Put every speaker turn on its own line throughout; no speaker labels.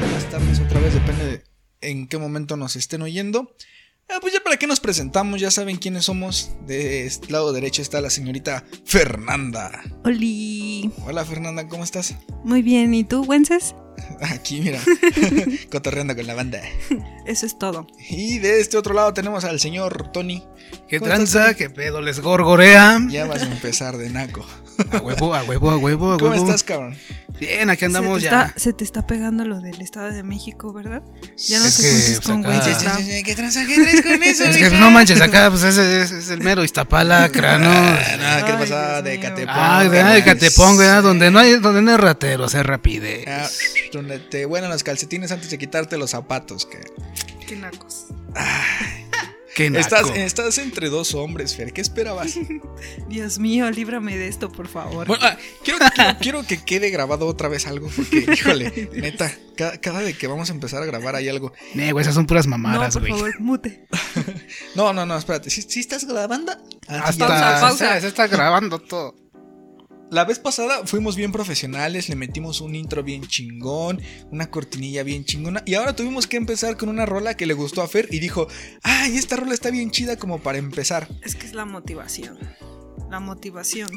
buenas tardes otra vez, depende de en qué momento nos estén oyendo. Ah, pues ya para qué nos presentamos, ya saben quiénes somos. De este lado derecho está la señorita Fernanda.
Oli.
Hola Fernanda, ¿cómo estás?
Muy bien, ¿y tú, Wences?
Aquí, mira, cotorreando con la banda.
Eso es todo.
Y de este otro lado tenemos al señor Tony.
¿Qué
¿Cómo estás,
tranza?
Tony?
¿Qué pedo les gorgorea?
Ya vas a empezar de naco.
A huevo, a huevo, a huevo, a huevo.
¿Cómo estás, cabrón?
Bien, aquí andamos
se te
ya.
Está, se te está pegando lo del Estado de México, ¿verdad? Ya no
Es
te
que,
juntes
pues,
con
acá-
Ah.
güeyes,
Sí,
¿no?
¿Qué tranza? ¿Qué traes con eso?
Es que
hija?
no manches, acá pues ese es, es el mero Iztapala,
Ah,
crano.
no, ¿Qué le
Ay,
pasaba
Dios
de
mío.
Catepón?
Ah, ¿verdad?
carnal?
De Catepón, ¿verdad? Donde no hay, donde no hay rateros, hay rapidez.
Ah, donde te vuelan los calcetines antes de quitarte los zapatos. Que...
Qué nacos.
Qué naco.
Estás, estás entre dos hombres, Fer. ¿Qué esperabas?
Dios mío, líbrame de esto, por favor.
Bueno, ah, quiero, quiero- quiero que quede grabado otra vez algo, porque, híjole, neta, cada, cada vez que vamos a empezar a grabar hay algo.
Nee, güey, esas son puras
no,
mamadas,
por
güey.
favor, mute.
No, no, no, espérate. ¿Sí, sí estás grabando? Ah, sí,
Hasta
Pausa, pausa.
Se, se está grabando todo.
La vez pasada fuimos bien profesionales, le metimos un intro bien chingón, una cortinilla bien chingona, y ahora tuvimos que empezar con una rola que le gustó a Fer y dijo, ay, esta rola está bien chida como para empezar.
Es que es la motivación. La motivación.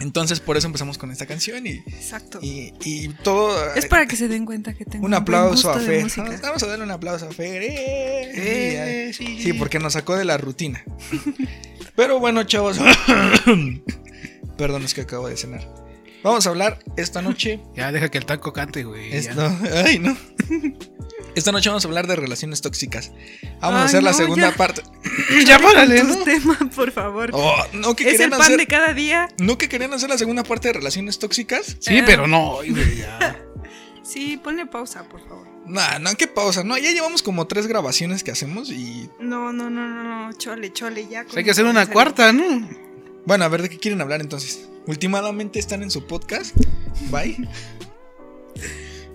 Entonces por eso empezamos con esta canción y,
Exacto.
y- y todo...
es para que se den cuenta que tengo
Un aplauso a
buen gusto de
Fer.
música.
Vamos a darle un aplauso a Fer. ¡Eh!
Eh,
Ay,
sí.
Sí, porque nos sacó de la rutina. Pero bueno, chavos. Perdón, es que acabo de cenar. Vamos a hablar esta noche.
Ya deja que el taco cante, güey. ya.
Esto. Ay, no. Esta noche vamos a hablar de relaciones tóxicas. Vamos a
Ay,
hacer la
no,
segunda
ya.
parte.
Ya párale,
Tus
¿no?
temas, por favor.
Oh, no que
es el
querían
pan
hacer.
de cada día.
No que querían hacer la segunda parte de relaciones tóxicas.
Eh.
Sí, pero no, hoy, güey, ya.
Sí, ponle pausa, por favor.
Nah, no, qué pausa. No, ya llevamos como tres grabaciones que hacemos y.
No, no, no, no, no, chole, chole, ya.
Pues Hay que hacer una cuarta, ¿no?
Bueno, a ver de qué quieren hablar entonces. Últimamente están en su podcast. Bye.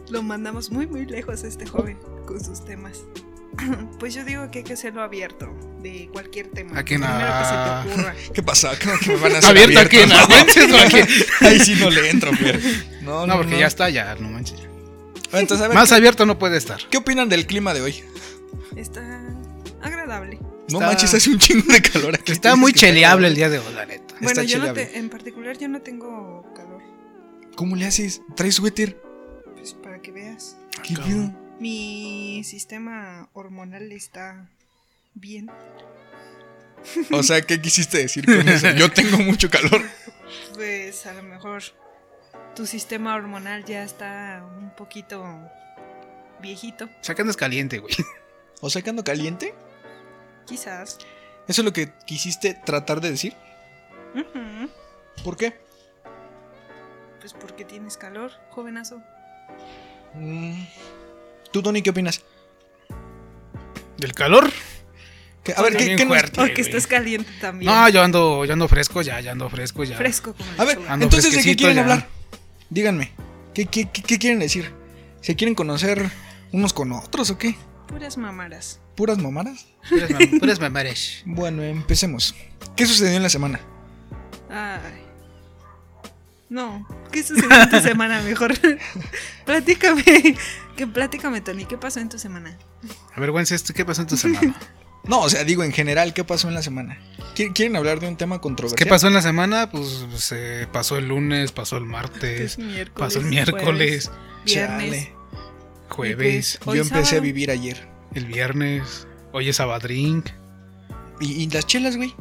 Lo mandamos muy, muy lejos a este joven con sus temas. Pues yo digo que hay que hacerlo abierto, de cualquier tema.
¿A quién?
Primero
Ah.
que se te ocurra.
¿Qué pasa? Creo que me van a hacer
Abierto aquí, en
abierto,
Agüenses o aquí.
¿no? Ahí sí no le entro, pero. No,
No, porque ya está, ya, no manches.
Entonces, a ver,
Más abierto no puede estar.
¿qué opinan del clima de hoy?
Está agradable.
No
Está-
manches, hace un chingo de calor aquí.
Está muy cheleable el día de hoy, la neta.
Bueno, yo no
chileable.
te, en particular yo no tengo calor,
¿Cómo le haces? ¿Traes suéter?
pues para que veas.
¿Qué
cabrón.
pedo?
Mi sistema hormonal está bien.
O sea, ¿qué quisiste decir con eso? Yo tengo mucho calor.
Pues a lo mejor tu sistema hormonal ya está un poquito viejito,
Sacando es caliente, güey.
O sea, que ando caliente.
quizás.
¿Eso es lo que quisiste tratar de decir?
Ujú.
¿Por qué?
Pues porque tienes calor, jovenazo.
Mm. ¿Tú, Tony, qué opinas?
¿Del calor?
¿Qué- A ver,
Está
¿qué,
bien
qué nos-
fuerte.
Porque
güey.
estás caliente también.
No, yo ando, yo ando fresco ya, ya ando fresco ya.
Fresco como el
A ver,
sol.
Ando
entonces, ¿de qué
fresquecito
quieren
ya.
hablar? Díganme, ¿qué, qué, qué, qué quieren decir? ¿Se quieren conocer unos con otros o qué?
Ah.
Puras mamaras.
¿Puras mamadas?
Puras mam- puras mamares.
Bueno, empecemos. ¿Qué sucedió en la semana?
Ay. No, ¿qué sucedió en tu semana mejor? platícame. Que platícame, Tony, ¿qué pasó en tu semana?
A ver, güey, ¿esto ¿qué pasó en tu semana?
No, o sea, digo en general, ¿qué pasó en la semana? ¿Qui- ¿Quieren hablar de un tema
Pues,
controversial?
¿Qué pasó en la semana? Pues se pasó el lunes, pasó el martes,
miércoles.
pasó el
jueves,
miércoles,
viernes.
Chale,
jueves,
Hoy
yo empecé
sábado.
a vivir ayer.
el viernes, hoy es sabadrink.
¿Y, y las chelas, güey?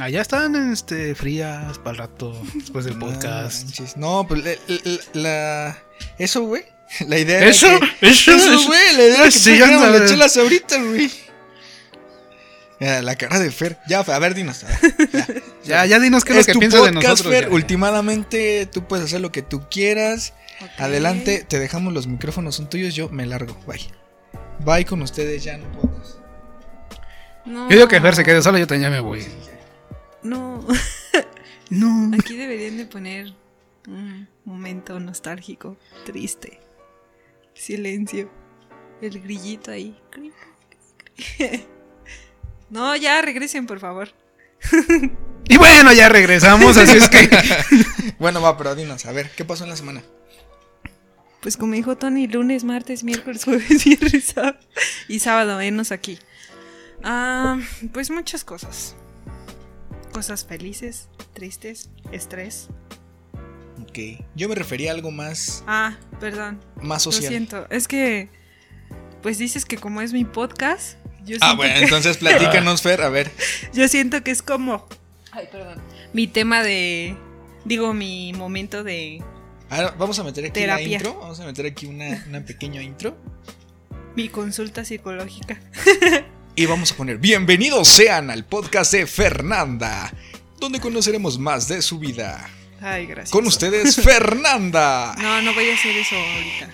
Allá Ah, están este, frías para el rato, después del
No
podcast.
manches. No, pues la, la- la- Eso, güey. La idea era
¿Eso?
que-
¿Eso?
Eso, güey, la idea era que
Sí,
pusiéramos
ándale.
las chelas ahorita, güey. Mira, La cara de Fer. Ya, Fer, a ver, dinos. a ver, ya.
Ya, ya dinos qué es,
es
lo que
tu
piensas de
podcast,
nosotros.
Fer.
ya.
Últimamente tú puedes hacer lo que tú quieras.
Ok.
Adelante, te dejamos los micrófonos, son tuyos. Yo me largo. Bye. Bye con ustedes, ya no puedo más.
No.
Yo digo que Fer se quede solo, yo también ya me voy.
No,
No.
aquí deberían de poner un momento nostálgico, triste. Silencio. El grillito ahí. Cri, cri, cri. No, ya regresen, por favor.
Y bueno, ya regresamos, así es que
Bueno, va, pero dinos, a ver, ¿qué pasó en la semana?
Pues como dijo Tony, lunes, martes, miércoles, jueves, viernes sábado. y sábado, venos aquí. Ah, pues muchas cosas. Cosas felices, tristes, estrés.
Ok. Yo me refería a algo más,
Ah, perdón.
más
Lo
social.
siento. Es que, pues dices que como es mi podcast, yo siento,
Ah, bueno, entonces platícanos, Fer, a ver.
que, yo siento que es como... Ay, perdón. Mi tema de... Digo, mi momento de...
Ahora vamos a meter aquí
Terapia.
una intro. Vamos a meter aquí una, una pequeña intro.
Mi consulta psicológica.
Y vamos a poner bienvenidos sean al podcast de Fernanda, donde conoceremos más de su vida.
Ay, gracias.
Con ustedes, Fernanda.
No, no voy a hacer eso ahorita.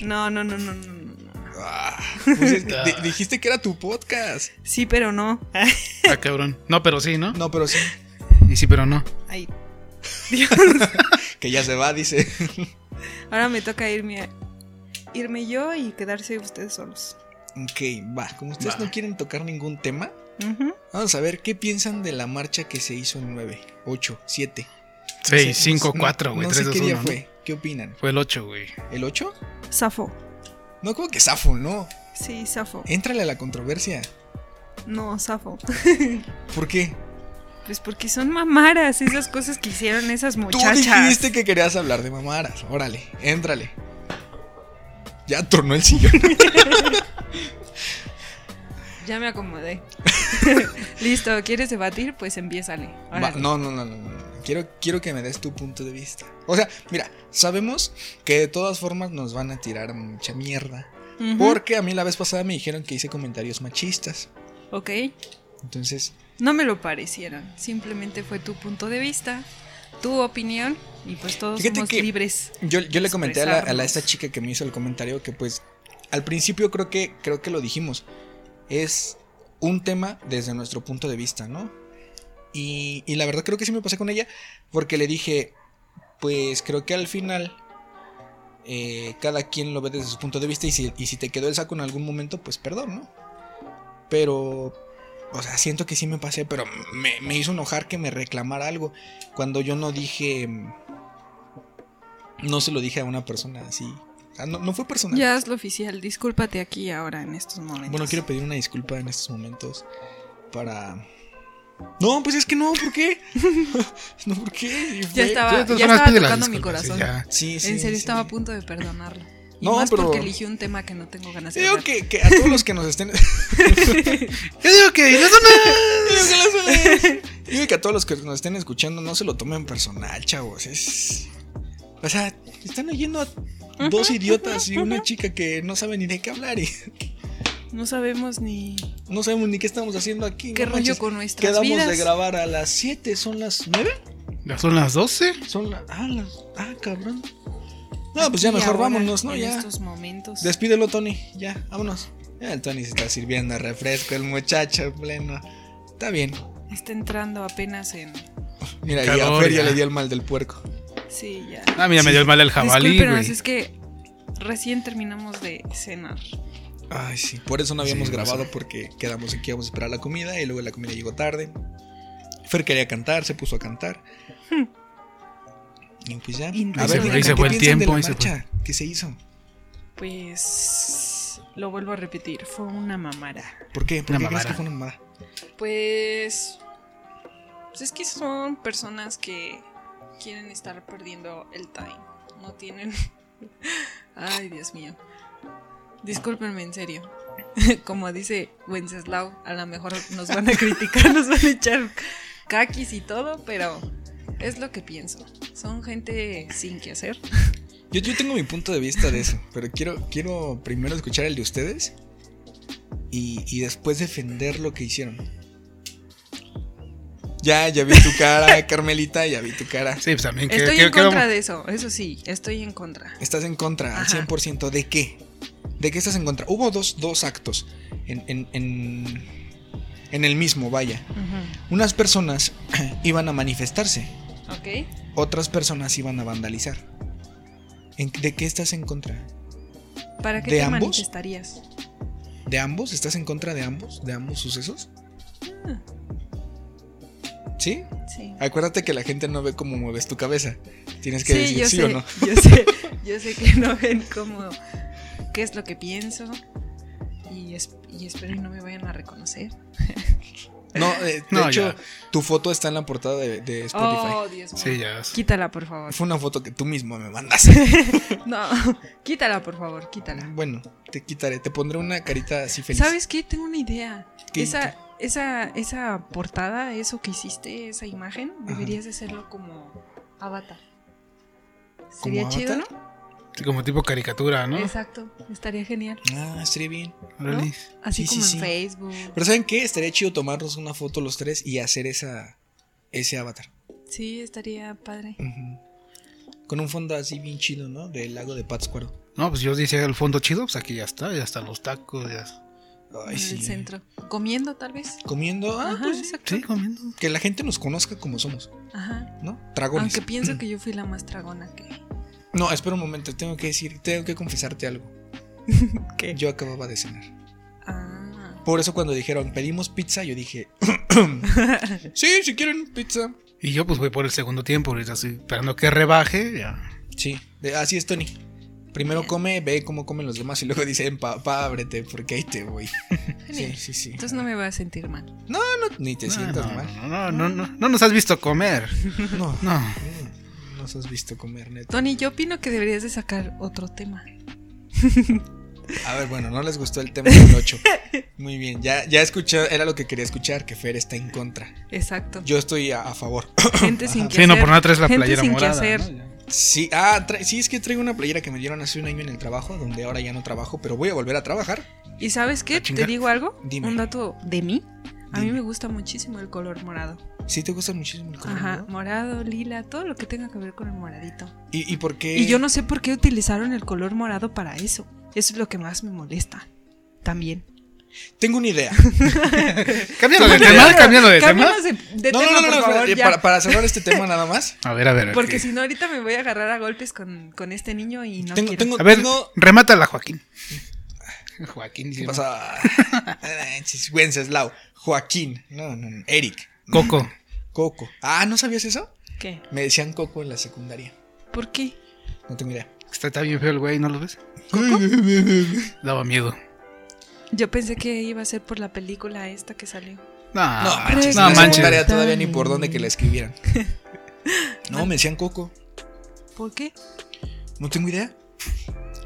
No, no, no, no, no, no. no.
Ah, pues es que di- dijiste que era tu podcast.
Sí, pero no.
Ah, cabrón. No, pero sí, ¿no?
No, pero sí,
Y sí, pero no.
Ay. Dios.
que ya se va, dice.
Ahora me toca irme, irme yo y quedarse ustedes solos.
Ok, va. Como ustedes
Va.
no quieren tocar ningún tema,
Ujú.
vamos a ver qué piensan de la marcha que se hizo en 9, 8, 7.
Seis, cinco, cuatro, güey,
pues, No sé
tres, dos,
qué día
uno, ¿no?
fue. ¿Qué opinan?
Fue el 8, güey.
¿El 8?
Safo.
No, como que Safo, no.
Sí, Safo.
Éntrale a la controversia.
No, Safo.
¿Por qué?
Pues porque son mamaras esas cosas que hicieron esas
Tú
muchachas.
dijiste que querías hablar de mamaras. Órale, éntrale. Ya tornó el sillón.
Ya me acomodé. Listo, ¿quieres debatir? Pues empiézale.
Va,
Órale.
no, no, no, no, no, no. Quiero, quiero que me des tu punto de vista. O sea, mira, sabemos que de todas formas nos van a tirar mucha mierda.
Ujú.
Porque a mí la vez pasada me dijeron que hice comentarios machistas.
Ok.
Entonces,
No me lo parecieron. Simplemente fue tu punto de vista, tu opinión y pues todos
Fíjate
somos
que-
libres.
yo, yo le comenté a, la, a la-
Expresarnos.
esta chica que me hizo el comentario que pues al principio creo que, creo que lo dijimos. Es un tema desde nuestro punto de vista, ¿no? Y, y la verdad creo que sí me pasé con ella porque le dije, pues creo que al final eh, cada quien lo ve desde su punto de vista y si, y si te quedó el saco en algún momento, pues perdón, ¿no? Pero, o sea, siento que sí me pasé, pero me, me hizo enojar que me reclamara algo cuando yo no dije, mm, no se lo dije a una persona así. O sea, no, no fue personal.
Ya es lo oficial. Discúlpate aquí ahora en estos momentos.
Bueno, quiero pedir una disculpa en estos momentos para... No, pues es que no, ¿por qué? no, ¿por qué? Y
Ya
fue-
estaba,
Sí,
ya
estas son las
estaba
pides las
tocando mi
disculpas, sí,
corazón.
ya.
Sí, sí,
en serio,
sí.
estaba a punto de perdonarlo. Y
No,
más
pero-
porque elegí un tema que no tengo ganas
Yo
de
Digo
hablar.
que, que a todos los que nos estén...
Yo digo que no son
Digo que las suelen. Digo que a todos los que nos estén escuchando no se lo tomen personal, chavos. Es. O sea, están oyendo a dos idiotas y una chica que no sabe ni de qué hablar y
No sabemos ni
no sabemos ni qué estamos haciendo aquí.
qué
no
rollo
manches.
con nuestras
Quedamos
vidas.
de grabar a las 7, son las 9?
Ya son las 12.
Son las. Ah, las- ah, cabrón. No, pues ya
Y
mejor
ahora,
vámonos, ¿no?
En
Ya.
estos momentos.
Despídelo, Tony. Ya, vámonos. Ya, el Tony se está sirviendo refresco, el muchacho pleno. Está bien.
Está entrando apenas en.
Mira, ya a
Calor,
Fer ya
ya.
le dio el mal del puerco.
Sí, ya.
Ah, mira, me dio el mal el jabalí,
Discúlpenos,
güey.
es que recién terminamos de cenar.
Ay, sí. Por eso no habíamos
Sí,
grabado,
no sé.
porque quedamos aquí, íbamos a esperar la comida y luego la comida llegó tarde. Fer quería cantar, se puso a cantar. Y pues ya.
Intenso.
A ver,
Ahí
digan,
se
¿qué
Hmm. fue el
piensan de
tiempo,
la
ahí se fue.
marcha que se hizo?
Pues lo vuelvo a repetir, fue una mamara.
¿Por qué? ¿Por
Una
qué crees
mamada.
que fue una mamada?
Pues, pues es que son personas que quieren estar perdiendo el time. No tienen. Ay, Dios mío. Discúlpenme en serio. Como dice Wenceslao, a lo mejor nos van a criticar, nos van a echar caquis y todo, pero es lo que pienso. Son gente sin que hacer.
Yo, yo tengo mi punto de vista de eso, pero quiero, quiero primero escuchar el de ustedes y, y después defender lo que hicieron. Ya, ya vi tu cara, Carmelita, ya vi tu cara.
Sí, pues también que.
Estoy
que-
en
que
contra
vamos-
de eso, eso sí, estoy en contra.
Estás en contra al
Ajá.
100%. ¿De qué? ¿De qué estás en contra? Hubo dos, dos actos en, en- en- en el mismo, vaya. Unas personas iban a manifestarse,
Ok.
otras personas iban a vandalizar. ¿En- ¿De qué estás en contra?
¿Para qué
¿De
te
ambos?
manifestarías?
¿De ambos? ¿Estás en contra de ambos? ¿De ambos sucesos?
Ah.
¿Sí?
Sí.
Acuérdate que la gente no ve cómo mueves tu cabeza. Tienes que
Sí,
decir
yo
sí
sé,
o no.
Yo sé, yo sé que no ven cómo, qué es lo que pienso y, es- y espero y no me vayan a reconocer.
No, eh, de
No,
hecho,
ya.
tu foto está en la portada de, de Spotify.
Oh, Dios mío.
Sí, ya. es-
Quítala, por favor.
Fue una foto que tú mismo me mandas.
No, quítala, por favor, quítala.
Bueno, te quitaré, te pondré una carita así feliz.
¿Sabes qué? Tengo una idea.
¿Qué-
esa, esa, esa portada, eso que hiciste, esa imagen,
Ajá.
deberías de hacerlo como avatar. Sería chido,
avatar?
¿no?
sí, Como tipo caricatura, ¿no?
Exacto, estaría genial.
Ah, estaría bien.
Órale.
Así
Sí, sí,
como en
sí.
Facebook.
Pero ¿saben qué? Estaría chido tomarnos una foto los tres y hacer esa ese avatar.
Sí, estaría padre.
Ujú. Con un fondo así bien chido, ¿no? Del lago de Pátzcuaro.
No, pues yo dice el fondo chido, pues aquí ya está, ya están los tacos, ya.
Ay,
en
sí.
el centro. Comiendo, tal vez.
Comiendo, ah,
Ajá,
pues sí.
exacto.
Sí, comiendo.
que la gente nos conozca como somos,
Ajá.
¿no? Dragones.
Aunque pienso que yo fui la más tragona que.
No, espera un momento, tengo que decir, tengo que confesarte algo.
¿Qué?
Yo acababa de cenar.
Ah.
Por eso cuando dijeron, pedimos pizza, yo dije, sí, si quieren pizza.
Y yo pues voy por el segundo tiempo, ahorita estoy esperando que rebaje, ya.
Sí, de- así es, Tony. Primero come, ve cómo comen los demás y luego dicen, papá, ábrete, porque ahí te voy. Sí,
Genial.
sí, sí.
Entonces no me voy a sentir mal.
No, ni te
No,
sientas
no,
mal.
No, no, no, no, no nos has visto comer.
No, no,
No.
nos has visto comer, neta.
Tony, yo opino que deberías de sacar otro tema.
A ver, bueno, no les gustó el tema del 8. Muy bien, ya, ya escuché, era lo que quería escuchar, que Fer está en contra.
Exacto.
Yo estoy a- a favor.
Gente sin que
Sí, no,
hacer.
por nada traes la
Gente
playera
sin que
morada.
hacer.
¿no? Ya.
Sí, ah, tra- sí, es que traigo una playera que me dieron hace un año en el trabajo, donde ahora ya no trabajo, pero voy a volver a trabajar.
¿Y sabes qué?
A chingar.
¿Te digo algo?
Dime.
Un dato de mí. A mí
Dime.
me gusta muchísimo el color morado.
Sí, te gusta muchísimo el color.
Ajá,
¿no?
morado, lila, todo lo que tenga que ver con el moradito.
¿Y, ¿Y por qué?
Y yo no sé por qué utilizaron el color morado para eso. Eso es lo que más me molesta. También.
Tengo una idea.
Cambiando de tema, cambiando de tema.
Cámbianos de, de
no,
tema,
no, no, no,
por
espera,
favor,
eh,
ya.
para, para cerrar este tema nada más.
A ver, a ver.
Porque
que-
si no, ahorita me voy a agarrar a golpes con, con este niño y no
tengo,
quiero.
tengo,
A ver,
tengo-
remátala, Joaquín. Joaquín
¿Qué
dice,
pasa? Eh, Wenceslao, Joaquín, no, no, no, Eric,
Coco.
Coco. Ah, ¿no sabías eso?
¿Qué?
Me decían Coco en la secundaria.
¿Por qué?
No tengo idea.
este Está, está bien feo el güey, ¿no lo ves? Daba miedo.
Yo pensé que iba a ser por la película esta que salió.
No,
No, manches,
Ah, no
en la secundaria
manches.
todavía ni por dónde que la escribieran. No, me decían Coco.
¿Por qué?
No tengo idea.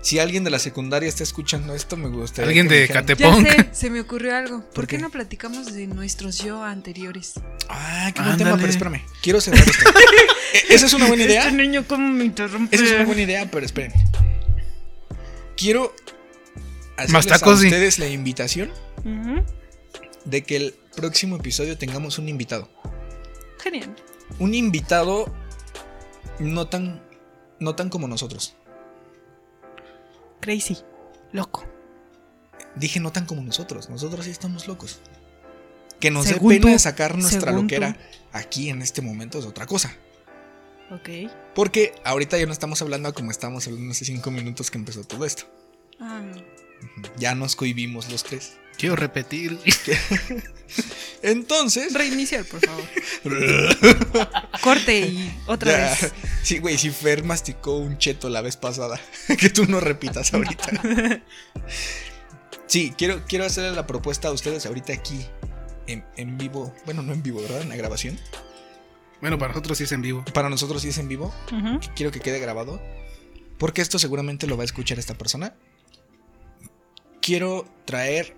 Si alguien de la secundaria está escuchando esto, me gustaría.
Alguien
que
de
dijeran-
Ya
Catepong.
sé, se me ocurrió algo. ¿Por,
¿Por
qué?
qué?
no platicamos de nuestros yo anteriores?
Ah, qué buen tema,
Ándale.
pero espérame. Quiero cerrar esto. E- Esa es una buena idea.
Este niño, ¿cómo me interrumpe?
Esa es una buena idea, pero esperen. Quiero hacerles
Más tacos,
a
sí.
ustedes la invitación de que el próximo episodio tengamos un invitado.
Genial.
Un invitado no tan, no tan como nosotros.
Crazy. Loco.
Dije no tan como nosotros. Nosotros sí estamos locos. Que nos dé
Según
pena
tú,
sacar nuestra
según
loquera
tú.
aquí en este momento es otra cosa.
Ok.
Porque ahorita ya no estamos hablando como estábamos hablando hace cinco minutos que empezó todo esto.
Ah, no.
Ya nos cohibimos los tres.
Quiero repetir.
Entonces.
Reiniciar, por favor. Corte y otra
Ya.
vez.
Sí, güey, si Fer masticó un cheto la vez pasada. que tú no repitas ahorita. sí, quiero, quiero hacerle la propuesta a ustedes ahorita aquí. En, en vivo. Bueno, no en vivo, ¿verdad? En la grabación.
Bueno, para nosotros sí es en vivo.
Para nosotros sí es en vivo. Quiero que quede grabado. Porque esto seguramente lo va a escuchar esta persona. Quiero traer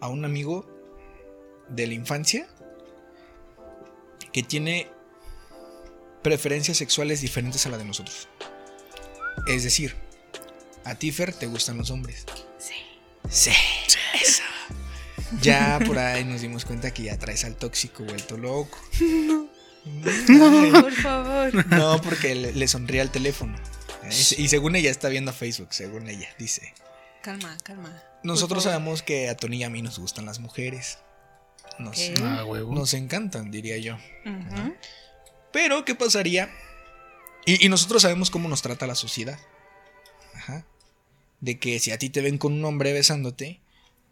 a un amigo de la infancia que tiene preferencias sexuales diferentes a la de nosotros. Es decir, a ti, Fer, te gustan los hombres.
Sí.
Sí, eso. Ya por ahí nos dimos cuenta que ya traes al tóxico vuelto loco. Ay,
Por favor.
no, porque le, le sonríe al teléfono. Eh, Y según ella está viendo Facebook, según ella, dice.
Calma, calma.
Nosotros
Por favor.
sabemos que a Tony y a mí nos gustan las mujeres. Nos,
Ok.
Ah, huevo.
nos encantan, diría yo.
Ujú.
Pero, ¿qué pasaría? Y, y nosotros sabemos cómo nos trata la sociedad. Ajá. De que si a ti te ven con un hombre besándote,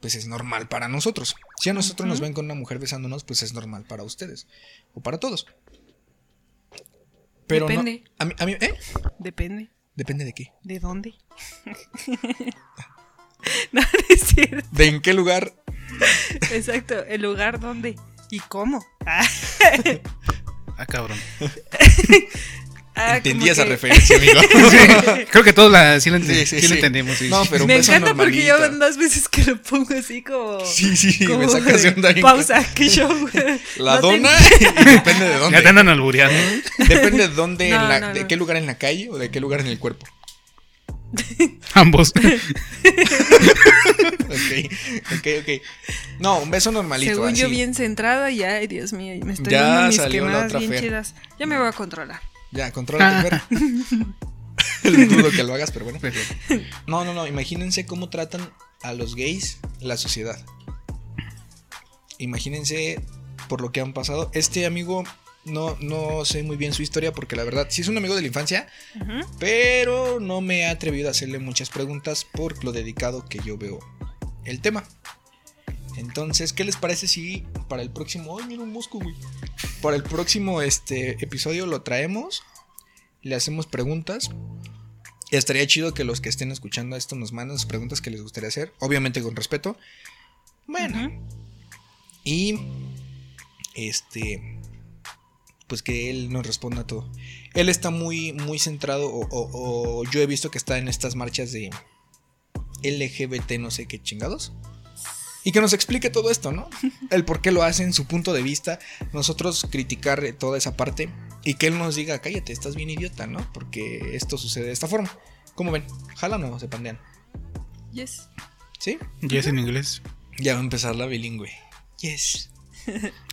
pues es normal para nosotros. Si a nosotros nos ven con una mujer besándonos, pues es normal para ustedes o para todos. Pero no-
Depende.
a mí, a mí- ¿eh?
Depende.
Depende de qué.
¿De dónde? no, no es cierto.
De en qué lugar.
Exacto. El lugar dónde y cómo. Ah,
Ah, cabrón.
ah,
Entendí
como
esa
que-
referencia, amigo.
Creo que todos la, sí la, ente-
Sí, sí,
sí la
sí.
entendemos. sí,
No,
sí.
pero un
Me
beso
encanta porque yo
normalito.
las veces que lo pongo así como.
Sí, sí,
como
me sacas de
de
onda bien
Pausa, que yo.
La
no
dona
tengo-
y depende de
Ya te
dónde.
andan albureando. ¿eh?
Depende de dónde,
No,
en la-
no,
de
no.
qué lugar en la calle o de qué lugar en el cuerpo.
Ambos.
Ok, ok, ok. No, un beso normalito.
Según yo
así.
bien centrada y ay, Dios mío, y me estoy
Ya
dando mis
salió la
quemadas
otra
bien
Fer.
chidas. Ya me voy a controlar.
Ya, controla tu cuerpo. Dudo que lo hagas, pero bueno. No, no, no. Imagínense cómo tratan a los gays la sociedad. Imagínense por lo que han pasado. Este amigo, no, no sé muy bien su historia porque la verdad, sí es un amigo de la infancia,
Ujú.
pero no me he atrevido a hacerle muchas preguntas por lo dedicado que yo veo el tema. Entonces, ¿qué les parece si para el próximo... ¡Ay, mira un mosco, güey! Para el próximo este, episodio lo traemos, le hacemos preguntas. Y estaría chido que los que estén escuchando esto nos manden sus preguntas que les gustaría hacer, obviamente con respeto. Bueno,
Ujú.
y este pues que él nos responda a todo. Él está muy muy centrado o, o- o yo he visto que está en estas marchas de LGBT no sé qué chingados. Y que nos explique todo esto, ¿no? El por qué lo hacen, su punto de vista, nosotros criticar eh, toda esa parte y que él nos diga, cállate, estás bien idiota, ¿no? Porque esto sucede de esta forma. ¿Cómo ven? ¿Jalan o se pandean?
Yes.
¿Sí?
¿Y es en inglés?
Ya va a empezar la bilingüe. Yes.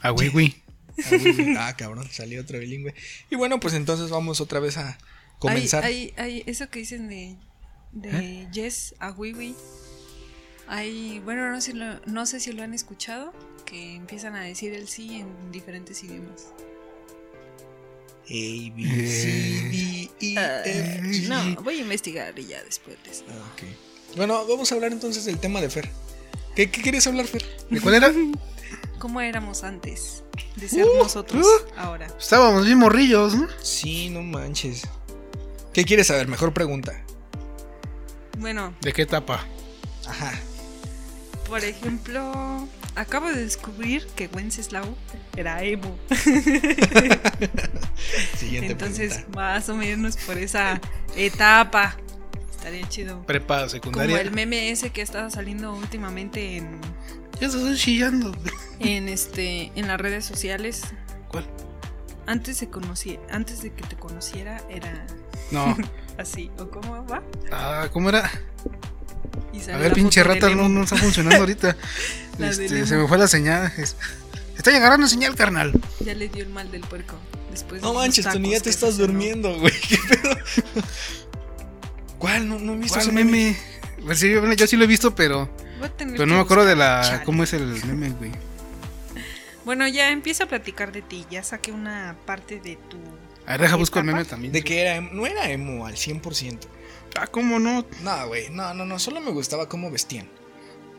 Ah, güey, güey.
Ah, güey, güey. Ah, cabrón, salió otra bilingüe. Y bueno, pues entonces vamos otra vez a comenzar. ¿Eh?
Hay, hay, hay eso que dicen de, de yes a wiwi. Hay, bueno, no sé, si lo- no sé si lo han escuchado, que empiezan a decir el sí en diferentes idiomas.
A, B, C, D, E, F, G.
Ah, Eh, no, voy a investigar y ya después les...
Ah, ok. Bueno, vamos a hablar entonces del tema de Fer. ¿Qué, qué quieres hablar, Fer?
¿De cuál era?
¿Cómo éramos antes de ser
Uh,
nosotros
uh.
ahora?
Estábamos bien morrillos, ¿no?
Sí, no manches. ¿Qué quieres saber? Mejor pregunta.
Bueno,
¿De qué etapa?
Ajá.
Por ejemplo, acabo de descubrir que Wenceslao era emo.
Siguiente
Entonces,
pregunta.
más o menos por esa etapa. Estaría chido.
Prepa,
Como
secundaria.
el meme ese que estaba saliendo últimamente en,
Ya se estoy chillando.
en, este, en las redes sociales.
¿Cuál?
Antes de, conoci- antes de que te conociera era
No.
así. ¿O cómo va?
Ah, ¿cómo era?
Y sale
A ver,
la
pinche
foto del
rata, no,
emo.
no está funcionando ahorita.
La
Este,
del emo.
se me fue la señal. Es- Estoy agarrando señal, carnal.
Ya le dio el mal del puerco. Después de
No
pues, unos
manches, Tony,
tacos
ya te
que se
estás
cenó.
durmiendo, güey. ¿Qué pedo? ¿Cuál? No, no he visto
¿Cuál
ese meme.
meme? Pues sí, bueno, yo sí lo he visto, pero,
Voy a tener
pero
que
no me acuerdo de la.
Chale.
¿Cómo es el meme, güey?
Bueno, ya empieza a platicar de ti. Ya saqué una parte de tu.
A ver, deja,
¿Y
busco el
papa?
meme también.
De que era, em- no era emo al 100%.
Ah, ¿cómo no?
No, güey, no, no, no, solo me gustaba cómo vestían.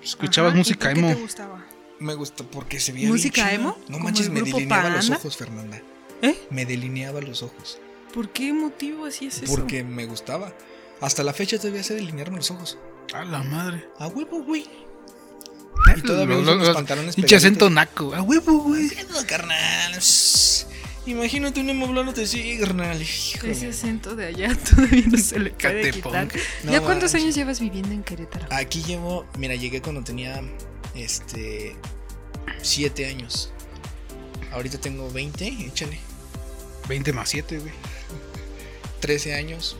Escuchabas
Ajá, ¿y
música
tú ¿Qué
emo.
te gustaba?
Me gustó porque se veía
¿Música
bien chido.
emo?
No
¿Como
manches,
el
me
grupo
delineaba los
Panda?
ojos, Fernanda.
¿Eh?
Me delineaba los ojos.
¿Por qué motivo así es eso?
Porque me gustaba. Hasta la fecha todavía sé delinearme los ojos.
A la madre.
A huevo, güey.
¿Eh?
Y
todavía uso unos pantalones
Pinche acento
pegaditos.
naco. A huevo, güey.
¿Qué pedo, carnal? Shh. Imagínate un emo hablándote así, carnal. Híjole.
Ese acento de allá todavía no se le puede quitar.
Catepong.
No
¿Ya cuántos
manches.
años llevas viviendo en Querétaro?
Aquí llevo, mira, llegué cuando tenía, este, siete años. Ahorita tengo 20, échale.
20 más 7, güey.
13 años.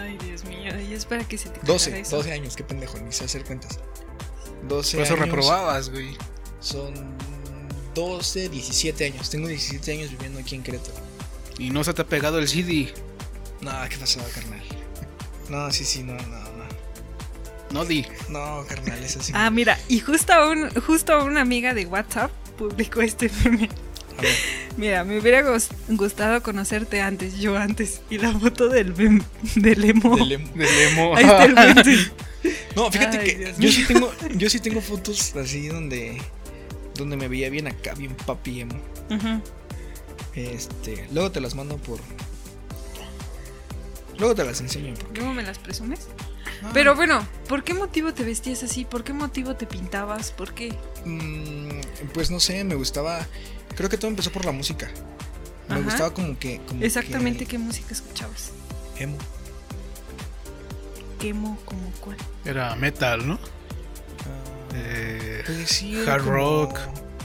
Ay, Dios mío. Y espera que se te quitara
12,
eso.
12 años, qué pendejo, ni sé hacer cuentas. 12
Por eso
años.
reprobabas, güey.
Son 12, 17 años. Tengo 17 años viviendo aquí en Querétaro.
Y no se te ha pegado el CD.
No, ¿qué pasaba, carnal? No, sí, sí, no, no, no.
No di.
No, carnal, es así.
Ah, mira. Y justo, a un, justo a una amiga de WhatsApp publicó este meme.
A ver,
Mira, me hubiera gust- gustado conocerte antes, yo antes. Y la foto del meme, del emo.
del emo.
Del emo.
Ahí está el Wences.
No, fíjate
Ay,
que
Dios
yo
mío.
sí, tengo, yo sí tengo fotos así donde, donde me veía bien acá, bien papi emo.
Ujú.
Este, luego te las mando por. Luego te las enseño.
¿Luego me las presumes?
No,
Pero bueno, ¿por qué motivo te vestías así? ¿Por qué motivo te pintabas? ¿Por qué?
mm, pues no sé, me gustaba. Creo que todo empezó por la música. Me
Ajá.
gustaba como que. como que
Exactamente qué música escuchabas.
emo.
Quemo como cuál.
Era metal, ¿no?
Ah,
Eh,
pues sí, era
hard
como-
rock.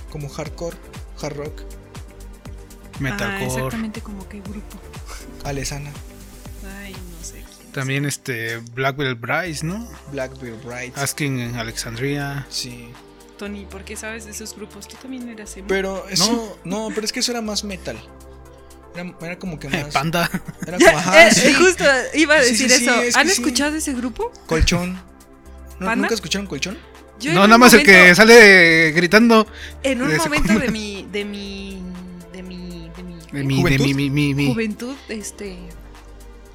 Como hardcore, hard rock,
Ah,
metalcore.
exactamente como qué grupo.
Alesana,
Ay, no sé. quién es.
También este Blackwell Bryce, ¿no?
Blackbeard Bright.
Asking en Alexandria.
Sí.
Tony, ¿por qué sabes de esos grupos? Tú también eras emo.
Pero eso. No, pero es que eso era más metal. Era, era como que más.
Eh, Panda.
Era como, ajá,
Eh,
sí,
Justo iba a
Sí,
decir
sí, sí,
eso.
es que
¿Han
sí.
escuchado ese grupo?
Colchón. ¿No-
¿Panda?
¿Nunca escucharon colchón?
Yo en
no,
un
nada más el que
momento-
sale gritando.
En un
de
momento de mi. de mi. de mi. de mi.
De mi, de
¿Juventud?
mi, mi, mi, mi.
juventud, este.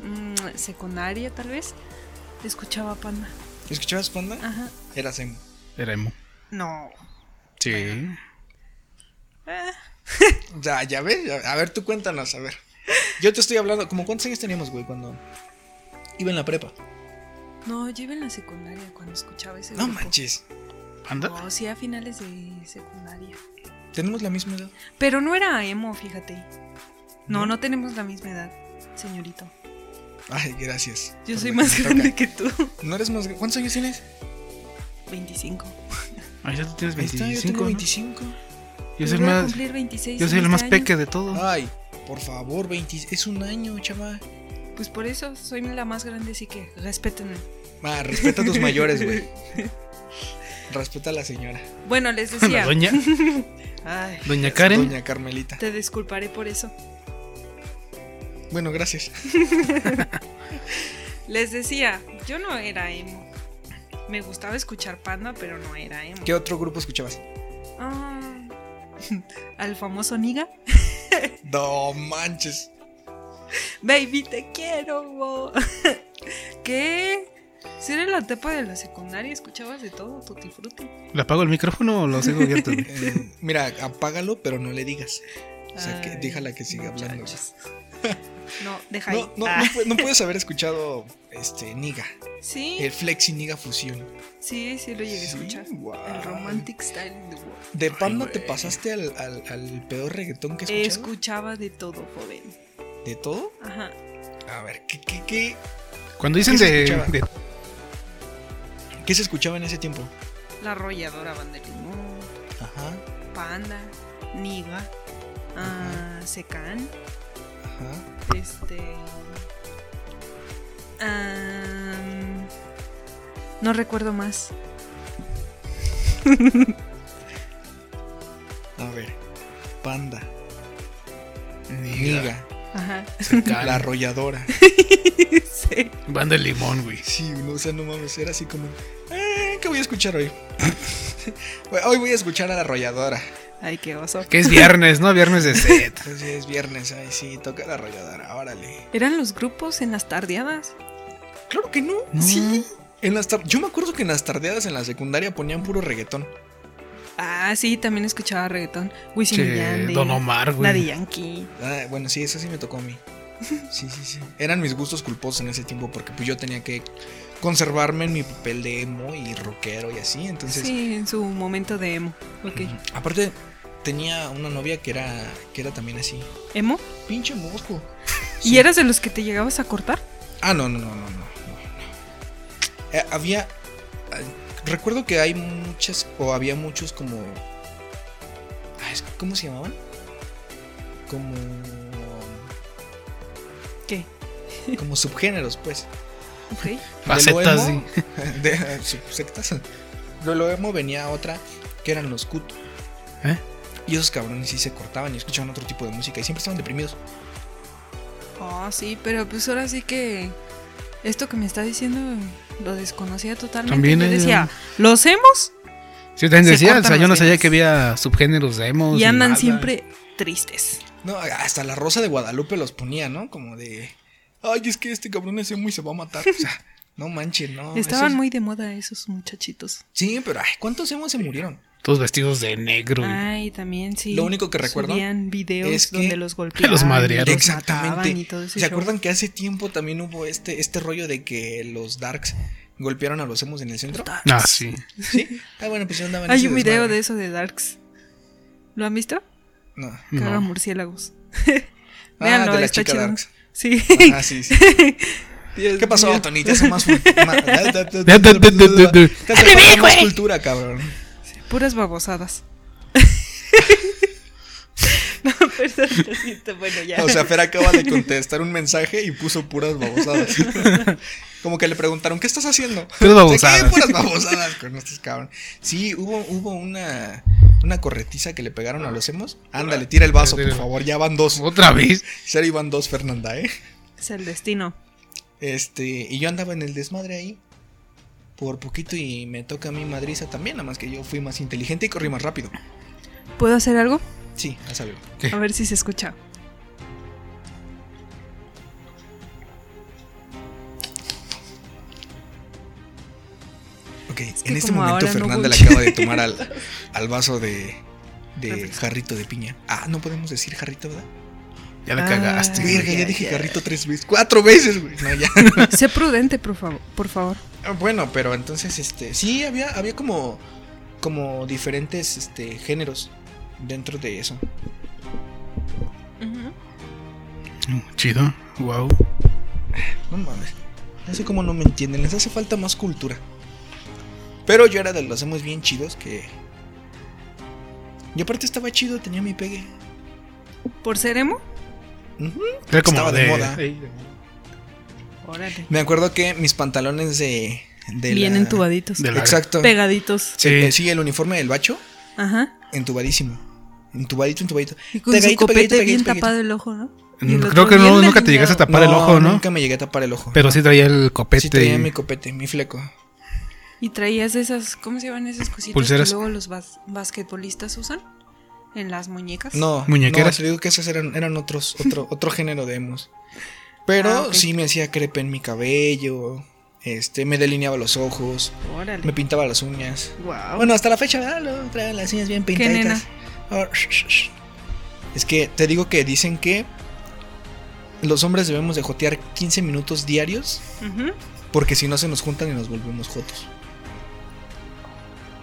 mm, secundaria, tal vez. Escuchaba panda.
¿Escuchabas Panda?
Ajá.
Era emo.
Era emo.
No.
Sí.
Ah,
O sea, ya ves. ya- A ver, tú cuéntanos, a ver. Yo te estoy hablando. ¿Cómo cuántos años teníamos, güey, cuando iba en la prepa?
no, yo iba en la secundaria cuando escuchaba ese
No
grupo.
manches.
¿Panda?
No, sí, a finales de secundaria.
Tenemos la misma edad.
Pero no era emo, fíjate. No,
¿No?
no, tenemos la misma edad, señorito.
Ay, gracias.
Yo
por
soy
lo
más
que me
grande
toca.
que tú.
¿No eres más gr- ¿Cuántos años tienes?
25.
Ahí ya tú tienes
Ahí está,
25.
yo tengo
¿no?
25.
Yo
Pues
soy el
voy a
más,
cumplir 26
yo soy
en
el más
este año.
peque de todos.
Ay, por favor, 20. Es un año, chaval.
Pues por eso soy la más grande, así que respétenme.
Ah, respeta a tus mayores, güey. Respeta a la señora.
Bueno, les
La
decía.
doña,
Ay,
doña Karen.
Doña Carmelita.
te disculparé por eso.
Bueno, gracias.
Les decía, yo no era emo. Me gustaba escuchar panda, pero no era emo.
¿Qué otro grupo escuchabas?
Ah, al famoso Niga.
No manches.
Baby, te quiero. bo. ¿Qué? Si era la etapa de la secundaria, escuchabas de todo, tutti frutti.
¿Le apago el micrófono o lo sigo abierto?
Eh, mira, apágalo, pero no le digas. O sea, que
Ay,
déjala que siga hablando.
muchachos. No, deja ahí.
No, no,
Ah,
no, pu- no puedes haber escuchado este Niga,
sí,
el Flex y Niga Fusión.
sí, sí lo llegué a
Eh, Sí,
escuchar.
guau.
El romantic style in the world.
De Panda
güey.
te pasaste al, al- al peor reggaetón que escuchado
Escuchaba de todo, joven.
¿De todo?
Ajá.
A ver, ¿qué, qué, qué,
Cuando dicen
¿Qué se
de,
escuchaba?
de-
qué se escuchaba en ese tiempo?
La arrolladora banda de limón,
Ajá,
panda, niga, ah, secán,
ajá.
este. am, no recuerdo más.
A ver, Panda,
Niga,
Niga,
Ajá.
Secán,
la arrolladora.
sí.
banda de limón, güey.
Sí, no, o sea, no mames, era así como, "Eh, ¿qué voy a escuchar hoy? hoy voy a escuchar a la arrolladora.
Ay, qué oso.
Que es viernes, ¿no? Viernes de set.
Entonces es viernes, ay sí, toca la arrolladora, órale.
¿Eran los grupos en las tardeadas?
Claro que no.
No.
Sí. En las tar- Yo me acuerdo que en las tardeadas en la secundaria ponían puro reggaetón.
Ah, sí, también escuchaba reggaetón. Wisin y
Che,
Yandel,
Don Omar,
Daddy
güey.
Yankee.
Ah, bueno, sí, eso sí me tocó a mí. Sí, sí, sí. Eran mis gustos culposos en ese tiempo porque pues yo tenía que conservarme en mi papel de emo y rockero y así. Entonces, mm,
sí, en su momento de emo. Ok.
aparte tenía una novia que era que era también así.
¿Emo?
Pinche moco.
¿Y eras de los que te llegabas a cortar?
Ah, no, no, no, no, no. no. Eh, había. eh, recuerdo que hay muchas. O había muchos como. ah, es- ¿Cómo se llamaban? Como.
¿Qué?
Como subgéneros, pues.
Ok.
Facetas,
De lo
sí.
emo- de, eh, subsectas. De lo emo venía otra que eran los cut.
¿Eh?
Y esos cabrones sí se cortaban y escuchaban otro tipo de música y siempre estaban deprimidos.
Oh, sí, pero pues ahora sí que esto que me está diciendo lo desconocía totalmente.
También
Yo
era-
decía, ¿los emos?
Sí, también
Se
decía, o
cortan
sea, yo
los
no sabía
dedos.
que había subgéneros de emos.
Y
ni
andan
nada.
siempre tristes.
No, hasta la Rosa de Guadalupe los ponía, ¿no? Como de. Ay, es que este cabrón es emo y se va a matar. O sea, No manches, no.
Estaban
esos-
muy de moda esos muchachitos.
Sí, pero ay, ¿cuántos hemos se murieron?
Todos vestidos de negro. y-
Ay, también sí.
Lo único que recuerdo
Subían videos
es que
donde los golpeaban.
los madrearon.
y los mataban y
Exactamente.
todo ese
¿Se
show.
acuerdan que hace tiempo también hubo este, este rollo de que los darks golpearon a los emos en el centro?
Ah, sí.
Sí. Ah, bueno, pues ya andaban en
Hay
ese
un video
desmadre.
de eso de Darks. ¿Lo han visto?
No.
Caga
No.
murciélagos.
ah,
Véanlo,
de la
está
chica
chido.
darks.
Sí.
Ah, sí, sí. ¿Qué pasó, Tony? Te hace más. fu- ma- Te hace más cultura, cabrón.
Puras babosadas. no, perdón, lo siento, bueno, ya.
O sea, Fer acaba de contestar un mensaje y puso puras babosadas. Como que le preguntaron, ¿qué estás haciendo?
Puras
O sea, ¿qué
babosadas.
puras babosadas con estos cabrón. Sí, hubo, hubo una, una corretiza que le pegaron a los hemos. Ándale, tira el vaso, por favor. Ya van dos.
Otra vez.
Cero y van dos, Fernanda, ¿eh?
Es el destino.
Este, y yo andaba en el desmadre ahí. Por poquito y me toca a mí madriza también, nada más que yo fui más inteligente y corrí más rápido.
¿Puedo hacer algo?
Sí, a saberlo.
¿Qué?
A ver si se escucha.
Ok,
que
en este
como
momento
ahora no
Fernanda le
voy-
acaba de tomar al, al vaso de, de
Refresco.
jarrito de piña. Ah, no podemos decir jarrito, ¿verdad?
Ya la
Ah.
cagaste.
Sí,
Verga, ya
ya,
dije
ya.
jarrito tres veces, cuatro veces, güey. No, ya.
Sé prudente, por favor. Por favor.
Ah, bueno, pero entonces, este, sí, había, había como, como diferentes este, géneros dentro de eso.
Mm, Chido. Wow.
No mames. No sé cómo no me entienden, les hace falta más cultura. Pero yo era de los hemos bien chidos que. Y aparte estaba chido, tenía mi pegue.
¿Por ser emo?
Ujú.
Era como
Estaba de moda.
Ey, de moda.
Órale.
Me acuerdo que mis pantalones de. de
Bien
la-
entubaditos.
de la-
Exacto.
Pegaditos.
Sí.
Sí.
eh, sí, el uniforme del bacho,
Ajá.
entubadísimo. Entubadito, entubadito.
Y con
Pegadito,
su copete
pegadito,
bien
pegadito.
tapado el ojo, ¿no? Y el
Mm,
otro
Creo que
bien
no, nunca te llegaste a
delineado.
tapar el ojo, ¿no?
Nunca me llegué a tapar el ojo.
Pero sí traía el copete.
sí traía
y-
mi copete, mi fleco.
Y traías esas, ¿cómo se llaman esas cositas
Pulseras.
que luego los bas- basquetbolistas usan? En las muñecas.
No,
Muñequeras.
No, te digo que esos eran, eran otros, otro, otro género de emos. Pero
Ah, ok.
sí me hacía crepe en mi cabello. Este, me delineaba los ojos.
Órale.
Me pintaba las uñas.
Wow.
Bueno, hasta la fecha, ¿verdad? Luego traigo las uñas bien pintaditas. Ah, sh- sh- sh. Es que te digo que dicen que los hombres debemos de jotear 15 minutos diarios porque si no se nos juntan y nos volvemos jotos.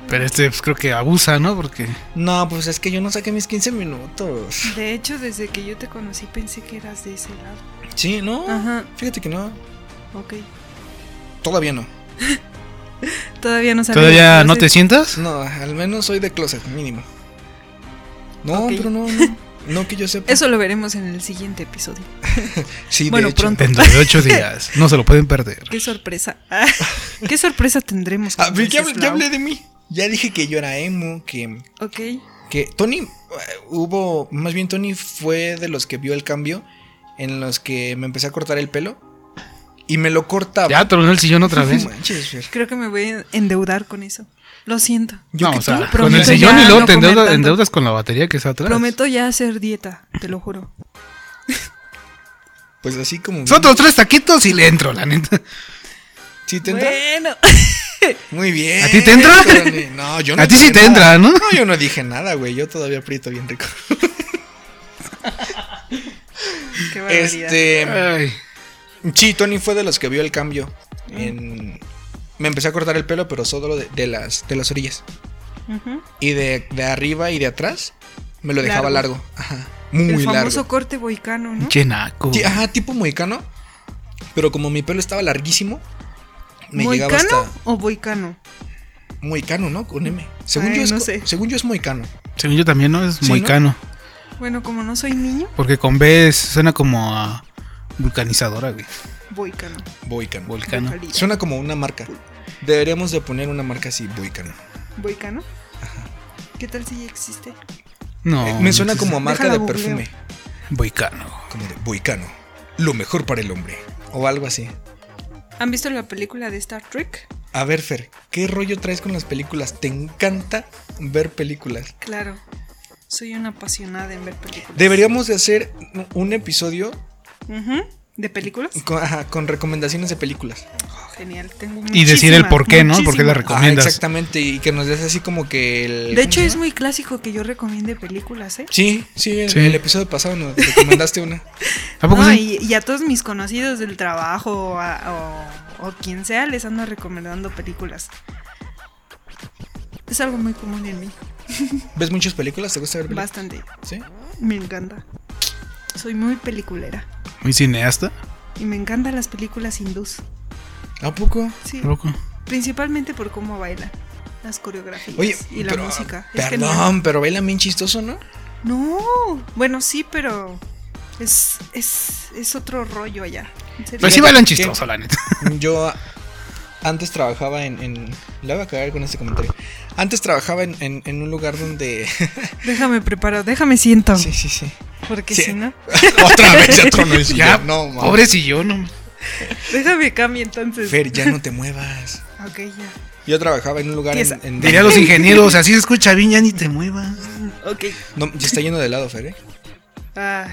Pero este pues, creo que abusa, ¿no? Porque
No, pues es que yo no saqué mis 15 minutos.
De hecho, desde que yo te conocí pensé que eras de ese lado.
Sí, ¿no?
Ajá,
Fíjate que no.
ok.
Todavía no.
Todavía no sabía.
todavía no te
entonces-
sientas.
No, al menos soy de closet, mínimo. No,
Ok.
pero no, no. No que yo sepa.
Eso lo veremos en el siguiente episodio.
Sí, de
bueno,
hecho.
pronto.
Dentro de ocho días. No se lo pueden perder.
Qué sorpresa. Qué sorpresa tendremos.
Ah,
con
pero ya,
Princess
ya hablé
Lau.
de mí. Ya dije que yo era emo, que
Ok.
que Tony eh, hubo, más bien Tony fue de los que vio el cambio en los que me empecé a cortar el pelo y me lo cortaba.
Ya tronó el sillón otra vez.
No manches, Fer.
Creo que me voy a endeudar con eso. Lo siento.
Yo
No,
que
o sea,
tú,
con el
prometo
sillón
ya
y luego
no
te
comer
endeuda-
tanto.
endeudas con la batería que está atrás.
Prometo ya hacer dieta, te lo juro.
Pues así como.
Son otros tres taquitos y le entro, la neta.
¿Sí te entra?
Bueno.
Muy bien.
¿A ti te entra?
Tony. No, yo no.
A ti sí
dije
te
nada.
entra, ¿no?
No, yo no dije nada, güey. Yo todavía aprieto bien rico.
Qué barbaridad.
Este.
Ay,
Sí, Tony fue de los que vio el cambio. En- Me empecé a cortar el pelo, pero solo de, de las, de las orillas.
Ujú.
Y de, de arriba y de atrás me lo dejaba largo.
Largo.
Ajá. Muy
el famoso
largo.
corte boicano, ¿no?
pinche naco.
Ti- Ajá, tipo mohicano. Pero como mi pelo estaba larguísimo, me
¿Moicano
llegaba hasta
o boicano?
mohicano, ¿no? Con M. Según,
Ay,
yo, es,
no
co-
sé.
según yo es mohicano.
Según yo también, ¿no? Es
Sí,
muy
¿no?
cano.
Bueno, como no soy niño,
Porque con B es- suena como a vulcanizadora, güey.
boicano.
Boicano.
Volcano.
Vocalidad.
Suena como una marca. Deberíamos de poner una marca así, boicano.
¿Boicano? ¿Qué tal si ya existe?
No.
Eh, me suena
no
como
existe.
marca
Déjala
de
googleo.
perfume.
Boicano.
Como de boicano. Lo mejor para el hombre. O algo así.
¿Han visto la película de Star Trek?
A ver, Fer, ¿qué rollo traes con las películas? Te encanta ver películas.
Claro. Soy una apasionada en ver películas.
Deberíamos de hacer un- un episodio
Ujú, ¿De películas?
con, ajá, con recomendaciones de películas.
Ok. Genial, tengo
Y decir el
muchísimas,
por qué, ¿no? ¿Por qué la
muchísimas.
Ajá,
recomiendas?
Ah, exactamente, y que nos des así como que el...
De hecho,
¿cómo
es
se llama?
muy clásico que yo recomiende películas, ¿eh?
Sí, sí, el,
Sí.
el episodio pasado nos recomendaste una.
¿A poco
No,
sí?
y, y a todos mis conocidos del trabajo o a- o, o quien sea, les ando recomendando películas. Es algo muy común en mí,
¿Ves muchas películas? ¿Te gusta ver películas?
bastante.
Sí.
Me encanta. Soy muy peliculera
Muy cineasta.
y me encantan las películas hindús.
¿A poco?
Sí,
¿A poco?
principalmente por cómo bailan, las coreografías
Oye,
y la
pero-
música. Es
Perdón,
genial.
pero bailan bien chistoso, ¿no?
No, bueno, sí, pero es, es, es otro rollo allá. En serio.
Pues sí
Fíjate
bailan
que-
chistoso, la neta.
Yo antes trabajaba en... en... La voy a cagar con este comentario. Antes trabajaba en, en- en un lugar donde...
Déjame preparar, déjame siento.
sí, sí, sí.
Porque
Sí.
si no,
Otra vez ya trono
Ya,
No, mames.
Pobrecillo, no.
déjame cambie entonces.
Fer, ya no te muevas.
Ok, ya.
Yo trabajaba en un lugar en,
Tiesa.
en-
Diría a los ingenieros, así se escucha bien, ya ni te muevas.
Ok.
No, se está yendo de lado, Fer, ¿eh?
Ay,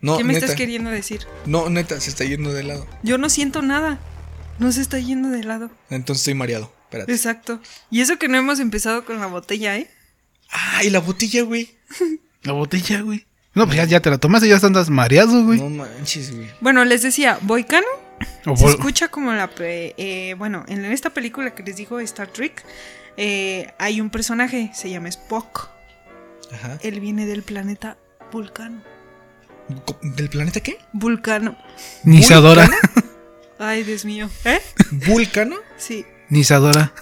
No,
¿Qué me
neta.
estás queriendo decir?
No, neta, se está yendo de lado.
Yo no siento nada. No se está yendo de lado.
Entonces estoy mareado. Espérate.
Exacto. Y eso que no hemos empezado con la botella, ¿eh?
Ay, Ah, la botella, güey.
La botella, güey. No, pues ya, ya te la tomaste, ya andas mareado, güey.
No manches, güey.
Bueno, les decía, Boicano
O
se
vol-
escucha como la... pe- eh, bueno, en esta película que les digo, Star Trek, eh, hay un personaje, se llama Spock.
Ajá.
Él viene del planeta Vulcano.
Co- ¿Del planeta qué?
Vulcano.
Ni se adora,
Ay, Dios mío. ¿Eh?
¿Vulcano?
Sí.
ni se adora.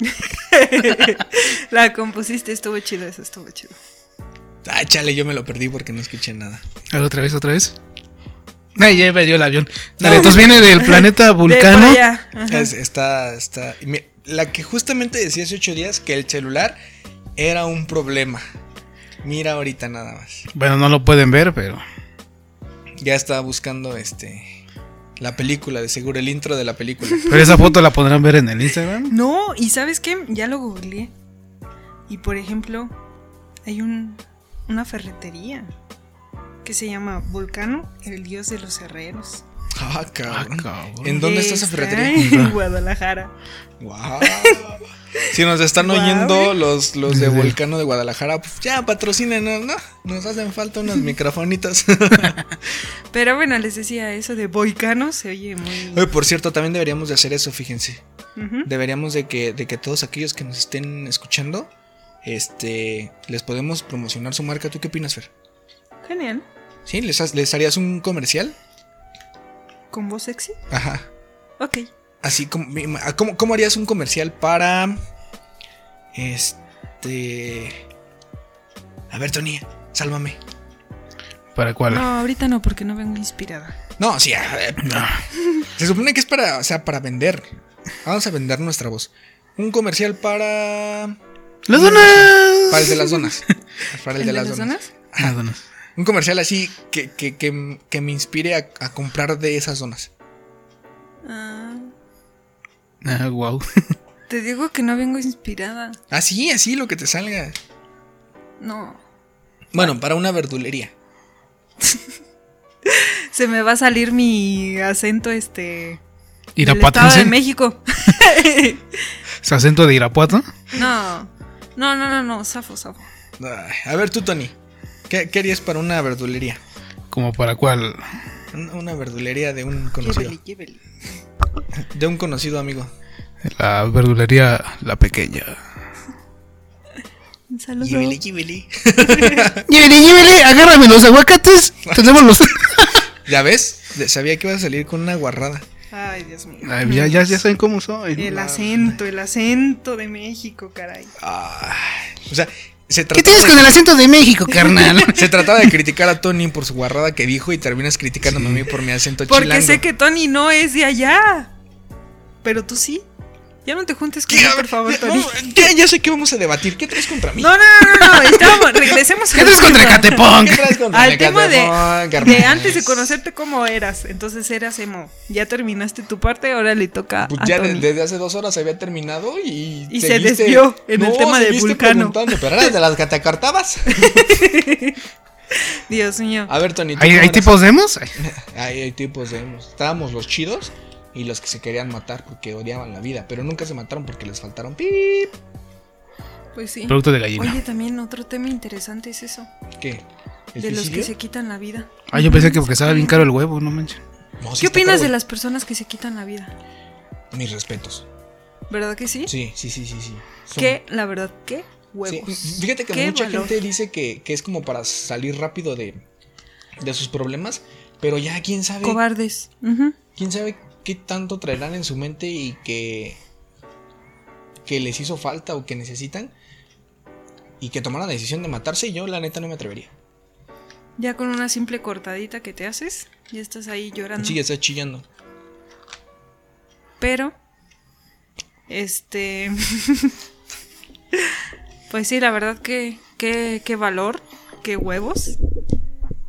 la compusiste, estuvo chido eso, estuvo chido.
Ah, chale, yo me lo perdí porque no escuché nada.
A ver, otra vez, otra vez. Ay, ya perdió el avión.
No.
Dale, entonces viene del planeta
De por
Vulcano.
allá, ajá.
Es- está, está. y mi- La que justamente decía hace ocho días que el celular era un problema. Mira ahorita nada más.
Bueno, no lo pueden ver, pero.
Ya estaba buscando este. La película, de seguro, el intro de la película.
Pero esa foto la podrán ver en el Instagram.
No, y ¿sabes qué? Ya lo googleé. Y por ejemplo, hay un, una ferretería que se llama Vulcano, el dios de los herreros.
Ah, cabrón.
cabrón.
¿En dónde está esa
Está
ferretería?
En Guadalajara.
Wow. Si nos están
Guau,
oyendo los, los de
Sí.
Volcano de Guadalajara, pues ya patrocínenos, ¿no? Nos hacen falta unos microfonitos.
Pero bueno, les decía eso de Boicano, se oye muy...
Oye, por cierto, también deberíamos de hacer eso, fíjense.
Ujú.
Deberíamos de que, de que todos aquellos que nos estén escuchando, este, les podemos promocionar su marca. ¿Tú qué opinas, Fer?
Genial.
¿Sí? ¿Les, ha- les harías un comercial?
¿Con voz sexy?
Ajá.
Ok.
Así como, mi- ah, ¿cómo, cómo harías un comercial para, este... A ver, Tony, sálvame.
¿Para cuál?
No, ahorita no, porque no vengo inspirada.
No, sí. a ver, no. Se supone que es para, o sea, para vender. Vamos a vender nuestra voz. Un comercial para.
¡Las donas!
Para el de las donas. Para el, de, las, donas.
zonas?
Las donas.
Un comercial así que, que, que, que me inspire a, a comprar de esas donas.
Ah,
Ah, wow.
te digo que no vengo inspirada.
Así, así lo que te salga.
No.
Bueno, para una verdulería.
Se me va a salir mi acento este
Irapuato.
del
¿no?
Estado de
sé?
México.
¿Es acento de Irapuato?
No. No, no, no, no, zafo, zafo.
Ay, A ver, tú, Tony. ¿Qué, qué harías para una verdulería?
¿Como para cuál?
Un- Una verdulería de un conocido.
Llévele, llévele.
De un conocido amigo.
La verdulería La Pequeña.
Un saludo.
Llévele, llévele.
¡Llévele, llévele! ¡Agárrame los aguacates! Tenemos los...
¿Ya ves? Sabía que ibas a salir con una guarrada.
Ay, Dios mío.
Ay, ya, ya, ya saben cómo soy.
El
La-
acento, el acento de México, caray.
Ay, o sea, se
¿Qué
trataba,
tienes con el acento de México, carnal?
se trataba de criticar a Tony por su guarrada que dijo y terminas criticándome a mí por mi acento
Porque
chilango.
sé que Tony no es de allá. Pero tú sí. Ya no te juntes
¿Qué?
conmigo, por favor, Tony.
No, ¿qué? Ya sé que vamos a debatir. ¿Qué traes contra mí?
No, no, no, no, no, estábamos- regresemos
¿Qué tienes contra Catepong?
¿Qué traes contra
Al
mí,
tema de,
Catepón,
de
carnal?
antes de conocerte cómo eras, entonces eras emo. Ya terminaste tu parte, ahora le toca
Pues
a
ya de-
Tony.
desde hace dos horas había terminado y.
Y se
seguiste-
desvió en el tema del
seguiste
vulcano.
preguntando, Pero eras de las que te cortabas.
Dios mío.
A ver, Tony. ¿tú
¿Hay,
cómo
hay
eras?
tipos demos? Ay,
Ay, hay tipos de. Estábamos los chidos y los que se querían matar porque odiaban la vida, pero nunca se mataron porque les faltaron pip.
Pues sí.
Producto de gallina.
Oye, también otro tema interesante es eso.
¿Qué? ¿El
De los que
suicidio?
se quitan la vida.
Ah, yo pensé que porque estaba bien caro el huevo, no manches.
No, sí
¿Qué
está
opinas
caro,
de las personas que se quitan la vida?
güey. Mis respetos.
¿Verdad que sí?
Sí, sí, sí, sí, sí. Son-
Que, la verdad, qué
Sí,
huevos.
Fíjate que
Qué
mucha
valor.
gente dice que, que es como para salir rápido de, de sus problemas, pero ya quién sabe,
Cobardes. Ujú.
quién sabe qué tanto traerán en su mente y que, que les hizo falta o que necesitan y que tomaron la decisión de matarse y yo la neta no me atrevería.
Ya con una simple cortadita que te haces, ya estás ahí llorando.
Sí, está chillando.
Pero, este. pues sí, la verdad que, que, que valor, qué huevos.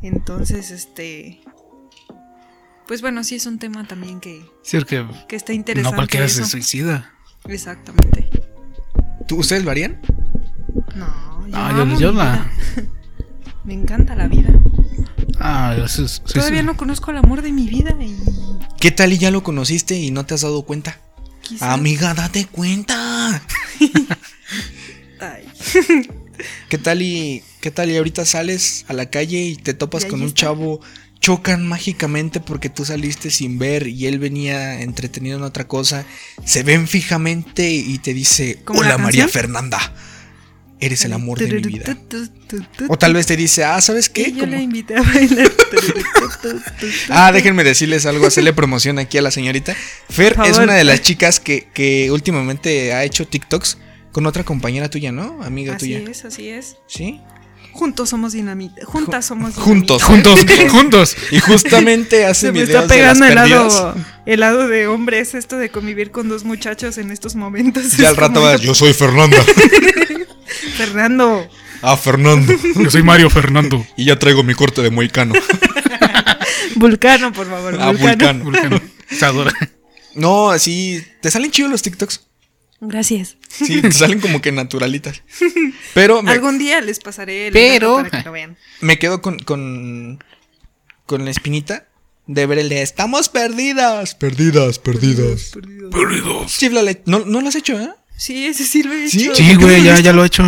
Entonces, este. Pues bueno, sí es un tema también que,
Sí, porque
que está
no
interesante.
cualquiera se
eso.
suicida.
Exactamente.
¿Tú, ¿Ustedes lo harían?
No, yo,
Ah, yo-
amo
yo
mi
la-
vida. Me encanta la vida.
Ah, yo su- su-
Todavía no conozco el amor de mi vida y
¿Qué tal y ya lo conociste y no te has dado cuenta?
quizá...
Amiga, date cuenta.
Ay,
¿Qué tal y qué tal y ahorita sales a la calle y te topas
Y ahí
con un
está.
chavo? Chocan mágicamente porque tú saliste sin ver y él venía entretenido en otra cosa. Se ven fijamente y te dice,
¿Como la
"Hola María
canción?
Fernanda, eres el amor de mi vida."
Tu, tu, tu, tu,
O tal vez te dice, "Ah, ¿sabes
Y
qué?
yo
Como-
la invité a bailar.
Ah, déjenme decirles algo, hacerle promoción aquí a la señorita. Fer
Por
es
favor.
una de las chicas que, que últimamente ha hecho TikToks con otra compañera tuya, ¿no? Amiga
Así
tuya.
es, así es.
¿Sí?
Juntos somos dinamita. Juntas somos dinamita.
Juntos.
Juntos, juntos.
Y justamente hace
Se me
videos
está pegando
de
el
las perdidas.
lado, el lado de hombre. Es esto de convivir con dos muchachos en estos momentos.
Ya al
Es
rato
como,
vas, yo soy Fernanda.
Fernando,
Ah, Fernando.
Yo soy Mario Fernando.
Y ya traigo mi corte de moicano.
Vulcano, por favor.
Ah,
Vulcano.
Vulcano.
Vulcano. Se adora.
No, así. Te salen chidos los TikToks.
Gracias.
Sí, te salen como que naturalitas. Pero me,
Algún día les pasaré el
Pero-
dato para que lo vean.
me quedo con, con. con la espinita de ver el de Estamos perdidas. Perdidas, perdidas.
Perdidos.
Chíflale. No, no lo has hecho, ¿eh?
Sí, ese sí lo he
¿Sí?
hecho.
Sí, güey, ya, ya lo he hecho.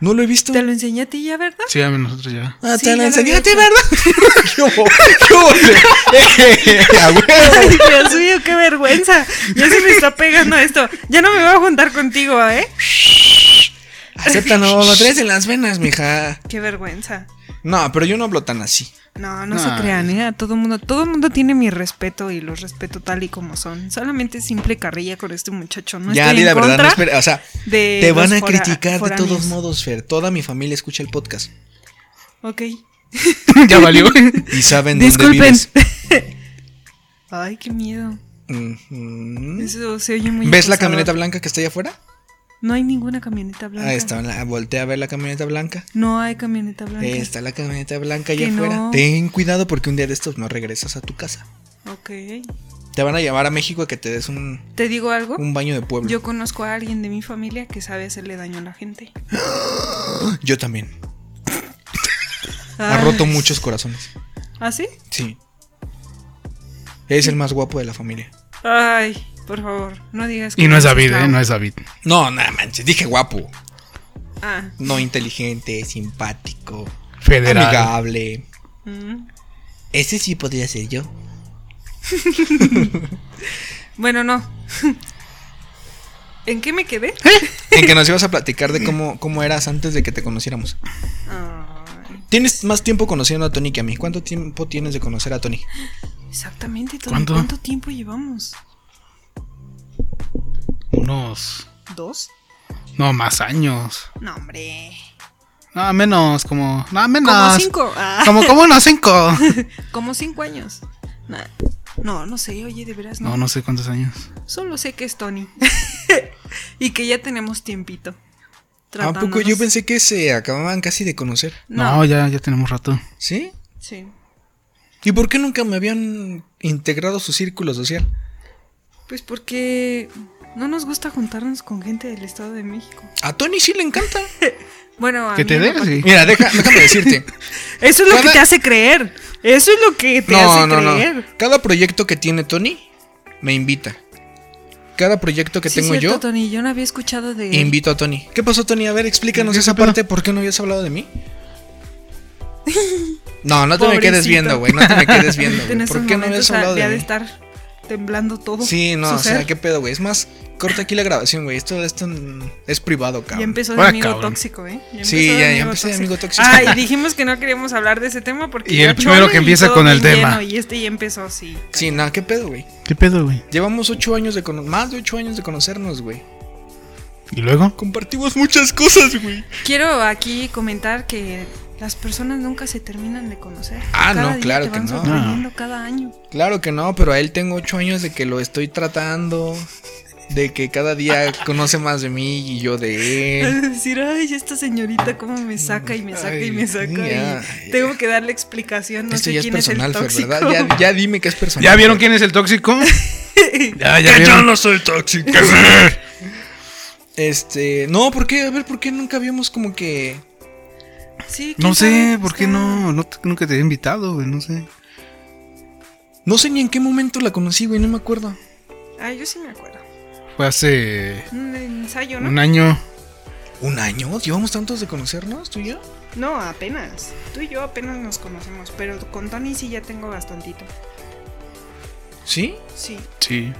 No lo he visto.
Te lo enseñé a ti ya, ¿verdad?
Sí, a mí nosotros ya.
Ah,
Sí,
te
ya
lo
lo
enseñé
había
a ti,
hecho.
¿verdad? ¡Qué hubo? ¡Qué hubo! ¡A huevo!
Ay, Dios mío, qué vergüenza. Ya se me está pegando esto. Ya no me voy a juntar contigo, ¿eh?
Acéptalo, lo traes en las venas, mija.
Qué vergüenza.
No, pero yo no hablo tan así.
No, no
Ay.
se crean, ¿eh? A todo mundo, todo mundo tiene mi respeto y los respeto tal y como son. Solamente simple carrilla con este muchacho. No
ya,
estoy
di
en
la verdad, no
contra
espera- O sea,
de
te
los
van a
fora-
criticar de
foráneos.
todos modos, Fer. Toda mi familia escucha el podcast
Ok.
ya valió.
y saben dónde
Disculpen.
vives.
Ay, qué miedo.
Ujú.
Eso se oye muy
¿Ves la
acosador.
camioneta blanca que está allá afuera?
No hay ninguna camioneta blanca.
Ahí está, la- voltea a ver la camioneta blanca.
No hay camioneta blanca.
Ahí Está la camioneta blanca allá
Que
afuera.
no.
Ten cuidado porque un día de estos no regresas a tu casa.
Ok.
Te van a llevar a México a que te des un,
¿Te digo algo?
un baño de pueblo. Yo,
Yo conozco a alguien de mi familia que sabe hacerle daño a la gente.
también. Ha
Ah.
roto muchos corazones.
¿Ah, sí?
Sí. Es el más guapo de la familia.
Ay, por favor, no digas
Y no es
conoces
David,
a
¿eh?
un-
No es David.
No, nada manches, dije guapo.
Ah,
No inteligente, simpático,
Federal.
amigable.
mm.
Ese sí podría ser yo.
Bueno, no. ¿En qué me quedé?
¿Eh?
En que nos ibas a platicar de cómo, cómo eras antes de que te conociéramos.
Ay,
Tienes más tiempo conociendo a Tony que a mí. ¿Cuánto tiempo tienes de conocer a Tony?
exactamente, Tony,
¿Cuánto?
¿Cuánto? tiempo llevamos?
Unos.
¿Dos?
No, más años.
No, hombre.
No, menos, como. No, menos.
Como cinco. Ah,
Como, como no, cinco.
como cinco años. Nah. No, no sé, oye, de veras no.
No, no sé cuántos años.
Solo sé que es Tony. y que ya tenemos tiempito.
¿A poco
Tratándonos.
yo pensé que se acababan casi de conocer?
No,
No, ya, ya tenemos rato.
¿Sí?
sí.
¿Y por qué nunca me habían integrado su círculo social?
Pues porque no nos gusta juntarnos con gente del Estado de México.
A Tony sí le encanta.
Bueno, a
Que
mí
te
en lo
dé,
particular-
sí.
Mira, deja- déjame decirte.
Eso es lo
Cada-
que te hace creer. Eso es lo que te hace creer.
Cada proyecto que tiene Tony me invita. Cada proyecto que
Sí,
tengo
cierto,
yo,
Tony, yo no había escuchado de.
invito a Tony. ¿Qué pasó, Tony? A ver, explícanos
¿Qué- qué
esa
pedo?
parte. ¿Por qué no habías hablado de mí? No, no te me quedes
Pobrecito.
viendo, güey. No te me quedes viendo. güey.
en esos
¿Por qué no habías
momentos
hablado de
había de
mí?
estar temblando todo.
Sí, no,
su
o sea,
ser.
qué pedo, güey. Es más, corta aquí la grabación, güey. Esto, esto mm, es privado,
Ya
cabrón.
empezó de
Ah,
amigo
cabrón.
tóxico, ¿eh?
Sí, ya-
empezó
ya empecé de amigo tóxico.
Ah, y dijimos que no queríamos hablar de ese tema porque.
Y
ya
el primero
chona
que
y
empieza
todo
con el
bien
tema.
lleno, Y este ya empezó así.
Sí, no, qué pedo, güey.
¿Qué pedo, güey?
Llevamos ocho años de cono- más de ocho años de conocernos, güey.
¿Y luego?
Compartimos muchas cosas, güey.
Quiero aquí comentar que las personas nunca se terminan de conocer.
Ah, no,
día
claro
te
que
van
no.
sorprendiendo cada año.
Claro que no, pero a él tengo ocho años de que lo estoy tratando, de que cada día conoce más de mí y yo de
Es
él.
decir, ay, esta señorita cómo me saca y me saca y
Eh. Mm, Ay,
me saca. y
ya,
tengo que darle explicación, no
Esto
sé
ya es
quién es,
personal,
el
Fer,
tóxico.
¿verdad? Ya, ya dime que es personal.
¿Ya vieron
Fer.
quién es el tóxico? ya, ya
Que yo
vieron.
no soy tóxico. este, no, ¿por qué? A ver, ¿por qué nunca habíamos como que
Sí,
No
quién
sé,
sabe,
¿por qué
está-
no? no te- nunca te había invitado, güey, no sé.
no sé ni en qué momento la conocí, güey, no me acuerdo.
Ah, yo sí me acuerdo.
Fue hace
Un ensayo, ¿no?
un año.
¿Un año? ¿Llevamos tantos de conocernos, tú y yo?
No, apenas. Tú y yo apenas nos conocemos, pero con Tony sí ya tengo bastantito.
¿Sí?
Sí.
Sí.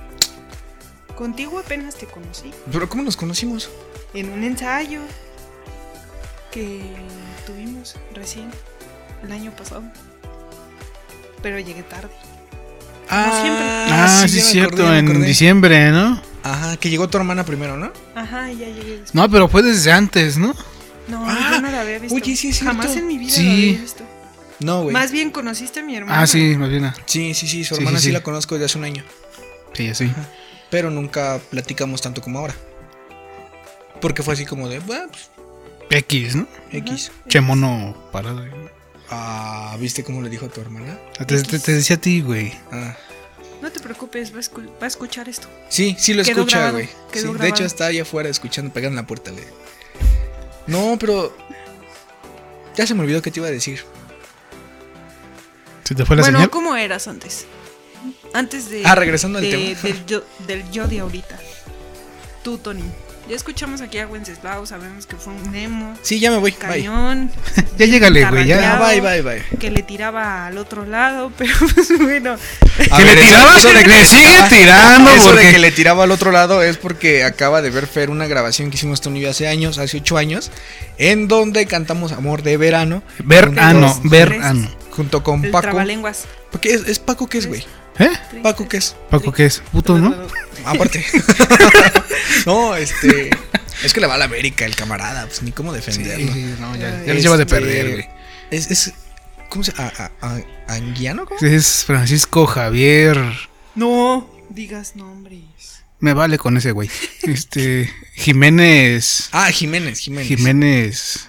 Contigo apenas te conocí.
¿Pero cómo nos conocimos?
En un ensayo que tuvimos recién el año pasado. Pero llegué tarde. siempre.
Ah, sí,
ya
es
me
cierto,
acordé, ya me
en
acordé.
diciembre, ¿no?
Ajá, que llegó tu hermana primero, ¿no?
Ajá, y ya llegué después.
No, pero fue desde antes, ¿no?
No,
Ah,
yo no la había visto.
oye, sí es cierto.
Jamás en mi vida
Sí.
la había visto.
No, güey.
Más bien conociste a mi hermana.
Ah, sí, más bien. ah,
Sí, sí, sí, su
Sí,
hermana sí,
sí, sí.
la conozco desde hace un año,
Sí, sí.
pero nunca platicamos tanto como ahora. Porque fue así como de, "Bueno, pues,
X, ¿no?
X.
Che mono parado. güey.
Ah, ¿viste cómo le dijo a tu hermana?
Ah, Te, te- te decía a ti, güey.
Ah.
No te preocupes, va a, escu- va a escuchar esto.
Sí, sí lo
Quedó
escucha,
grabado,
güey.
quedó
Sí, de
grabado.
hecho está allá afuera escuchando, pegan en la puerta, le. No, pero ya se me olvidó que te iba a decir.
¿Se te fue la
bueno,
señal?
¿cómo eras antes? Antes de.
Ah, regresando al
de-
tema.
Del yo, del yo de ahorita. Tú, Tony. Ya escuchamos aquí a Wenceslao, sabemos que fue un Nemo,
Sí, ya me voy. Bye.
cañón,
Ya llégale, güey. Ya.
Ya,
Carrañado.
bye, bye, bye.
que le tiraba al otro lado, pero pues bueno.
A
Que
ver,
le
eso-
tiraba,
eso de que
le sigue
tiraba-
tirando,
Eso de
porque-
que le tiraba al otro lado es porque acaba de ver Fer una grabación que hicimos Tony y yo hace años, hace ocho años, en donde cantamos Amor de Verano
Ver
Ah,
ano,
no.
ver ano.
junto con
El
Paco.
trabalenguas.
Porque es, es Paco que es, güey.
¿Eh?
Paco que es.
Paco, ¿qué es? ¿Puto, no?
Ah, Aparte. no, este. Es que le va a la América el camarada, pues ni cómo defenderlo.
no,
ya- ya
Este,
les lleva de perder, güey.
Es, es- ¿Cómo se llama? ¿Anguiano? ¿Cómo?
Es Francisco Javier.
No digas nombres.
Me vale con ese güey. Este. Jiménez.
Ah, Jiménez, Jiménez.
Jiménez.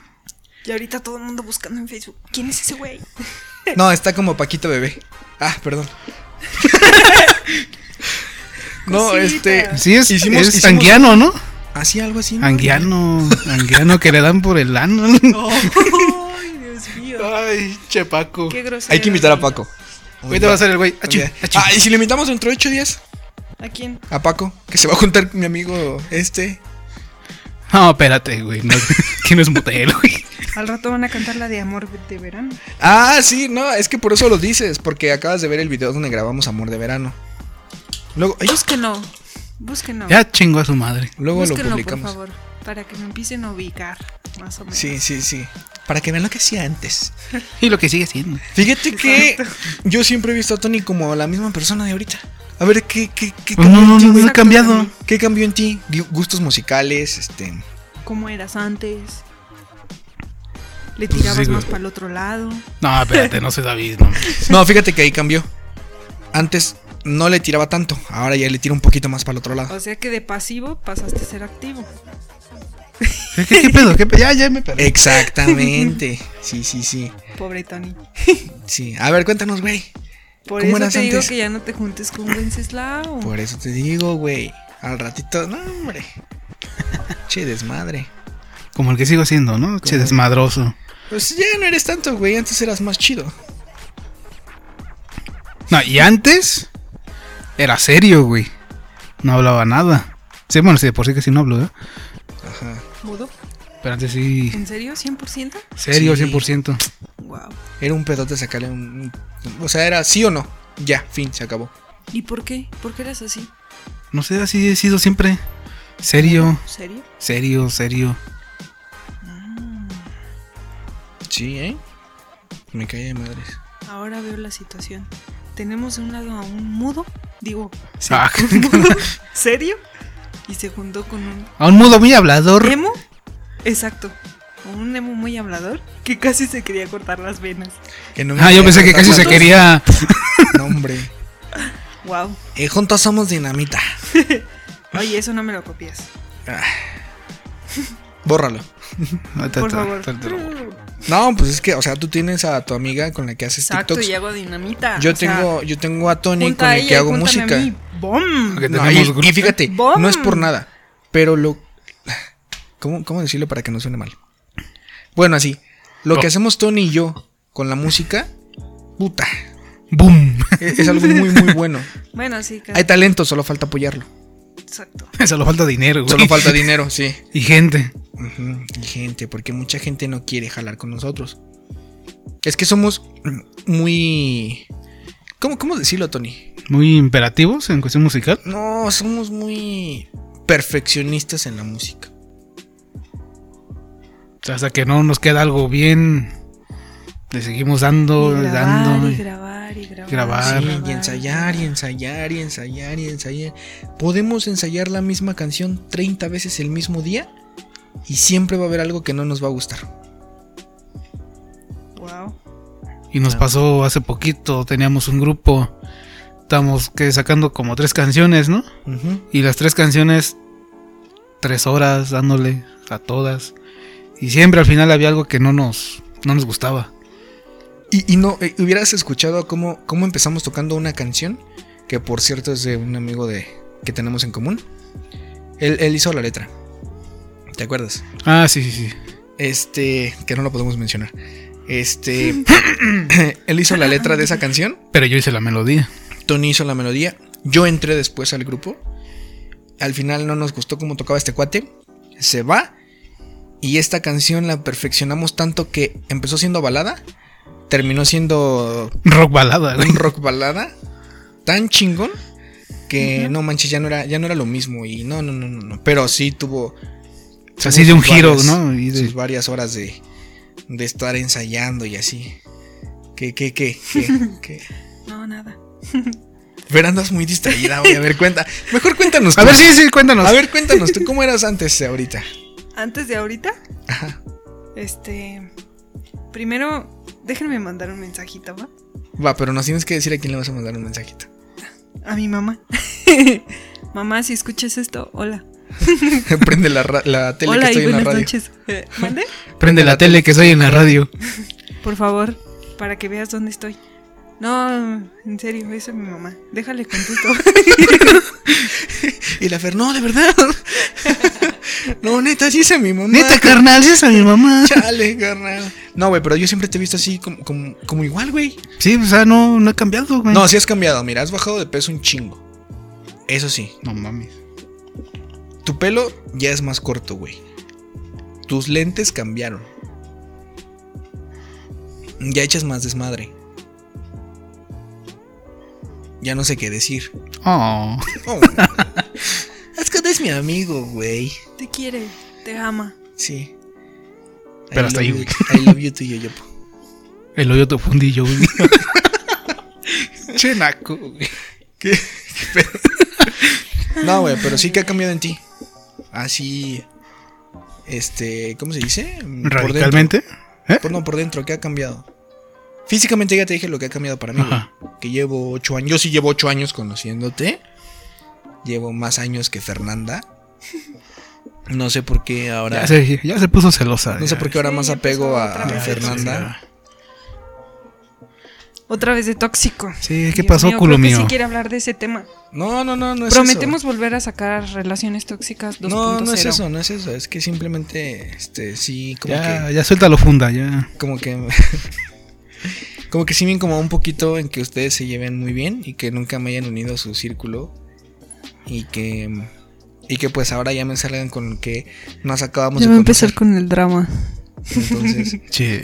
Y ahorita todo el mundo buscando en Facebook. ¿Quién es ese güey?
No, está como Paquito Bebé. Ah, perdón. no,
Cosita.
este.
Sí, es,
Hicimos-
es
hicimos-
anguiano, ¿no?
Así algo así. ¿no?
Anguiano. Anguiano que le dan por el ano.
Ay, Dios mío.
Ay, che Paco.
Qué grosero.
Hay que invitar a Paco.
Hoy te va a ser el güey.
Un día.
Achín, achín.
Ah, y si le invitamos dentro de ocho días
¿A quién?
a Paco, que se va a juntar con mi amigo este.
No, espérate, güey. No, que no es motel, güey.
Al rato van a cantar la de amor de verano.
Ah, sí, no, es que por eso lo dices, porque acabas de ver el video donde grabamos Amor de Verano. Luego, ay,
Búsquenlo. Búsquenlo.
Ya chingó a su madre.
luego lo
Búsquenlo,
publicamos.
por favor. Para que me empiecen a ubicar. Más o menos.
Sí, sí, sí. Para que vean lo que hacía antes.
Y lo que sigue siendo.
Fíjate que yo siempre he visto a Tony como la misma persona de ahorita. A ver, ¿qué, qué, qué,
No, no, no, no he
Exacto,
cambiado.
también.
¿Qué cambió en ti? Gu- Gustos musicales, este.
¿Cómo eras antes? ¿Le
Pues sí,
tirabas
güey.
más para el otro lado?
No, espérate, no sé, David. No.
No, fíjate que ahí cambió. Antes no le tiraba tanto, ahora ya le tiro un poquito más para el otro lado.
O sea que de pasivo pasaste a ser activo.
¿Qué, qué pedo? ¿Qué pedo? Ya, ya me perdí.
Exactamente. Sí, sí, sí.
Pobre Tony.
Sí. A ver, cuéntanos, güey.
Por
¿Cómo
eso
eras
te digo
antes?
que ya no te juntes con Wenceslao.
Por eso te digo, güey. Al ratito, no, hombre. Che, desmadre.
Como el que sigo siendo, ¿no? Che, desmadroso.
Pues ya no eres tanto, güey. Antes eras más chido.
No, y antes era serio, güey. No hablaba nada. Sí, bueno, sí, de por sí que sí no hablo, ¿eh?
Ajá.
¿Mudo?
Pero antes sí,
¿En serio? ¿100%?
serio,
Sí.
100%.
Wow.
Era un pedote sacarle un, un- O sea, era sí o no. Ya, fin, se acabó.
¿Y por qué? ¿Por qué eras así?
No sé, así he sido siempre. Serio,
¿Serio?
serio, serio.
Ah,
Sí, ¿eh? Me caí de madres.
ahora veo la situación. Tenemos de un lado a un mudo, digo, se-
Ah,
serio, y se juntó con un
a un mudo muy hablador.
emo. Exacto. con Un emo muy hablador que casi se quería cortar las venas.
Que no me
Ah,
quería
yo pensé que
cortar
casi se
las-
quería.
No, hombre.
Wow.
Eh, juntos somos dinamita. Ah.
Oye, eso no me lo copias.
Bórralo.
Ah,
Por favor.
No, pues es que, o sea, tú tienes a tu amiga con la que haces
Exacto,
TikToks.
y hago dinamita.
Yo
o sea,
tengo, yo tengo a Tony
junta
con
a
el
ella
que
y
hago
júntame
música.
a mí. ¡Bom!
Ok. Que
No,
tenemos
y- y,
grupo.
fíjate,
¡Bom!
no es por nada, pero lo... ¿Cómo, cómo decirlo para que no suene mal? Bueno, así, lo que
Oh.
hacemos Tony y yo con la música, puta, e-,
¡Boom!
es, es algo muy, muy bueno.
Bueno, sí, que-
Hay talento, solo falta apoyarlo.
exacto.
Solo falta dinero, güey.
Solo falta dinero, sí.
Y gente.
Ujú, Y gente, porque mucha gente no quiere jalar con nosotros. Es que somos mm, muy... ¿Cómo, cómo decirlo, Tony?
Muy imperativos en cuestión musical.
No, somos muy perfeccionistas en la música.
O sea, hasta que no nos queda algo bien, le seguimos dando,
Y grabar, y
dando. y-
grabar, y grabar.
grabar.
Sí,
Claro.
y ensayar, y ensayar, y ensayar, y ensayar. Podemos ensayar la misma canción 30 veces el mismo día y siempre va a haber algo que no nos va a gustar.
Wow.
Y nos pasó hace poquito, teníamos un grupo, estamos que sacando como tres canciones, ¿no?
Ujú.
Y las tres canciones, tres horas dándole a todas. Y siempre al final había algo que no nos, no nos gustaba.
y, y no, eh, hubieras escuchado cómo, cómo empezamos tocando una canción, que por cierto es de un amigo de, que tenemos en común. Él, él hizo la letra. ¿Te acuerdas?
Ah, sí, sí, sí.
Este, que no lo podemos mencionar. Este, él hizo la letra de esa canción.
Pero yo hice la melodía.
Tony hizo la melodía. Yo entré después al grupo. Al final no nos gustó cómo tocaba este cuate. Se va. Y esta canción la perfeccionamos tanto que empezó siendo balada. Terminó siendo
Rock balada, güey.
un rock balada. Tan chingón. Que no manches, ya no era, ya no era lo mismo. Y no, no, no, no, no. Pero sí tuvo.
O sea,
tuvo
así de un
sus
giro,
varias-
¿no? Y de-
sus varias horas de, de estar ensayando y así. ¿Qué, qué, qué? ¿Qué? qué?
No, nada.
Pero andas muy distraída, güey. A ver, cuenta. Mejor cuéntanos.
A
tú.
ver, sí, sí, cuéntanos.
A ver, cuéntanos tú cómo eras antes de ahorita.
Antes de ahorita,
Ajá.
este. Primero, déjenme mandar un mensajito, ¿va?
Va, pero nos tienes que decir a quién le vas a mandar un mensajito.
A mi mamá. mamá, si escuchas esto, hola.
Prende la, ra- la tele
hola
que estoy
y
en la
buenas
radio.
noches. Eh, ¿Mande?
Prende la tele que soy en la radio.
Por favor, para que veas dónde estoy. No, en serio, eso es mi mamá. Déjale contesto.
Y la Fer, no, de verdad. no, neta, sí es a mi mamá.
Neta, carnal, sí es a mi mamá.
Chale, carnal. No, güey, pero yo siempre te he visto así como, como, como igual, güey.
Sí, o sea, no, no he cambiado, güey.
No, sí has cambiado. Mira, has bajado de peso un chingo. Eso sí,
no mames.
tu pelo ya es más corto, güey. Tus lentes cambiaron. Ya echas más desmadre. Ya no sé qué decir.
Oh.
Oh. es que eres mi amigo, güey.
te quiere, te ama.
Sí.
Pero
I
hasta
love
ahí,
you-
güey.
I love you tuyo, Yopo.
El hoyo te fundí yo, güey. Chenaco, güey.
No, güey, pero sí que ha cambiado en ti. Así. Este. ¿Cómo se dice? Por dentro.
¿Radicalmente?
Por no, por dentro, ¿qué ha cambiado? Físicamente ya te dije lo que ha cambiado para mí, güey.
Ajá.
Que llevo ocho años. Yo sí llevo ocho años conociéndote. Llevo más años que Fernanda. No sé por qué ahora.
Ya se, ya se puso celosa.
No sé por qué ahora
Sí,
más
ya
apego
empezó
a,
otra
a
vez.
Fernanda.
Otra vez de tóxico.
Sí, ¿qué
Dios
pasó,
mío,
culo
creo que
mío?
sí quiere hablar de ese tema.
No, no, no, no es
Prometemos
eso.
volver a sacar relaciones tóxicas 2.0.
No, no es eso, no es eso. Es que simplemente, este, sí, como
ya,
que.
ya suéltalo funda, ya.
Como que. Como que sí me incomoda un poquito en que ustedes se lleven muy bien y que nunca me hayan unido a su círculo. Y que. Y que pues ahora ya me salgan con que nos acabamos
Ya
de
voy a empezar
conocer.
con el drama.
Entonces,
Sí.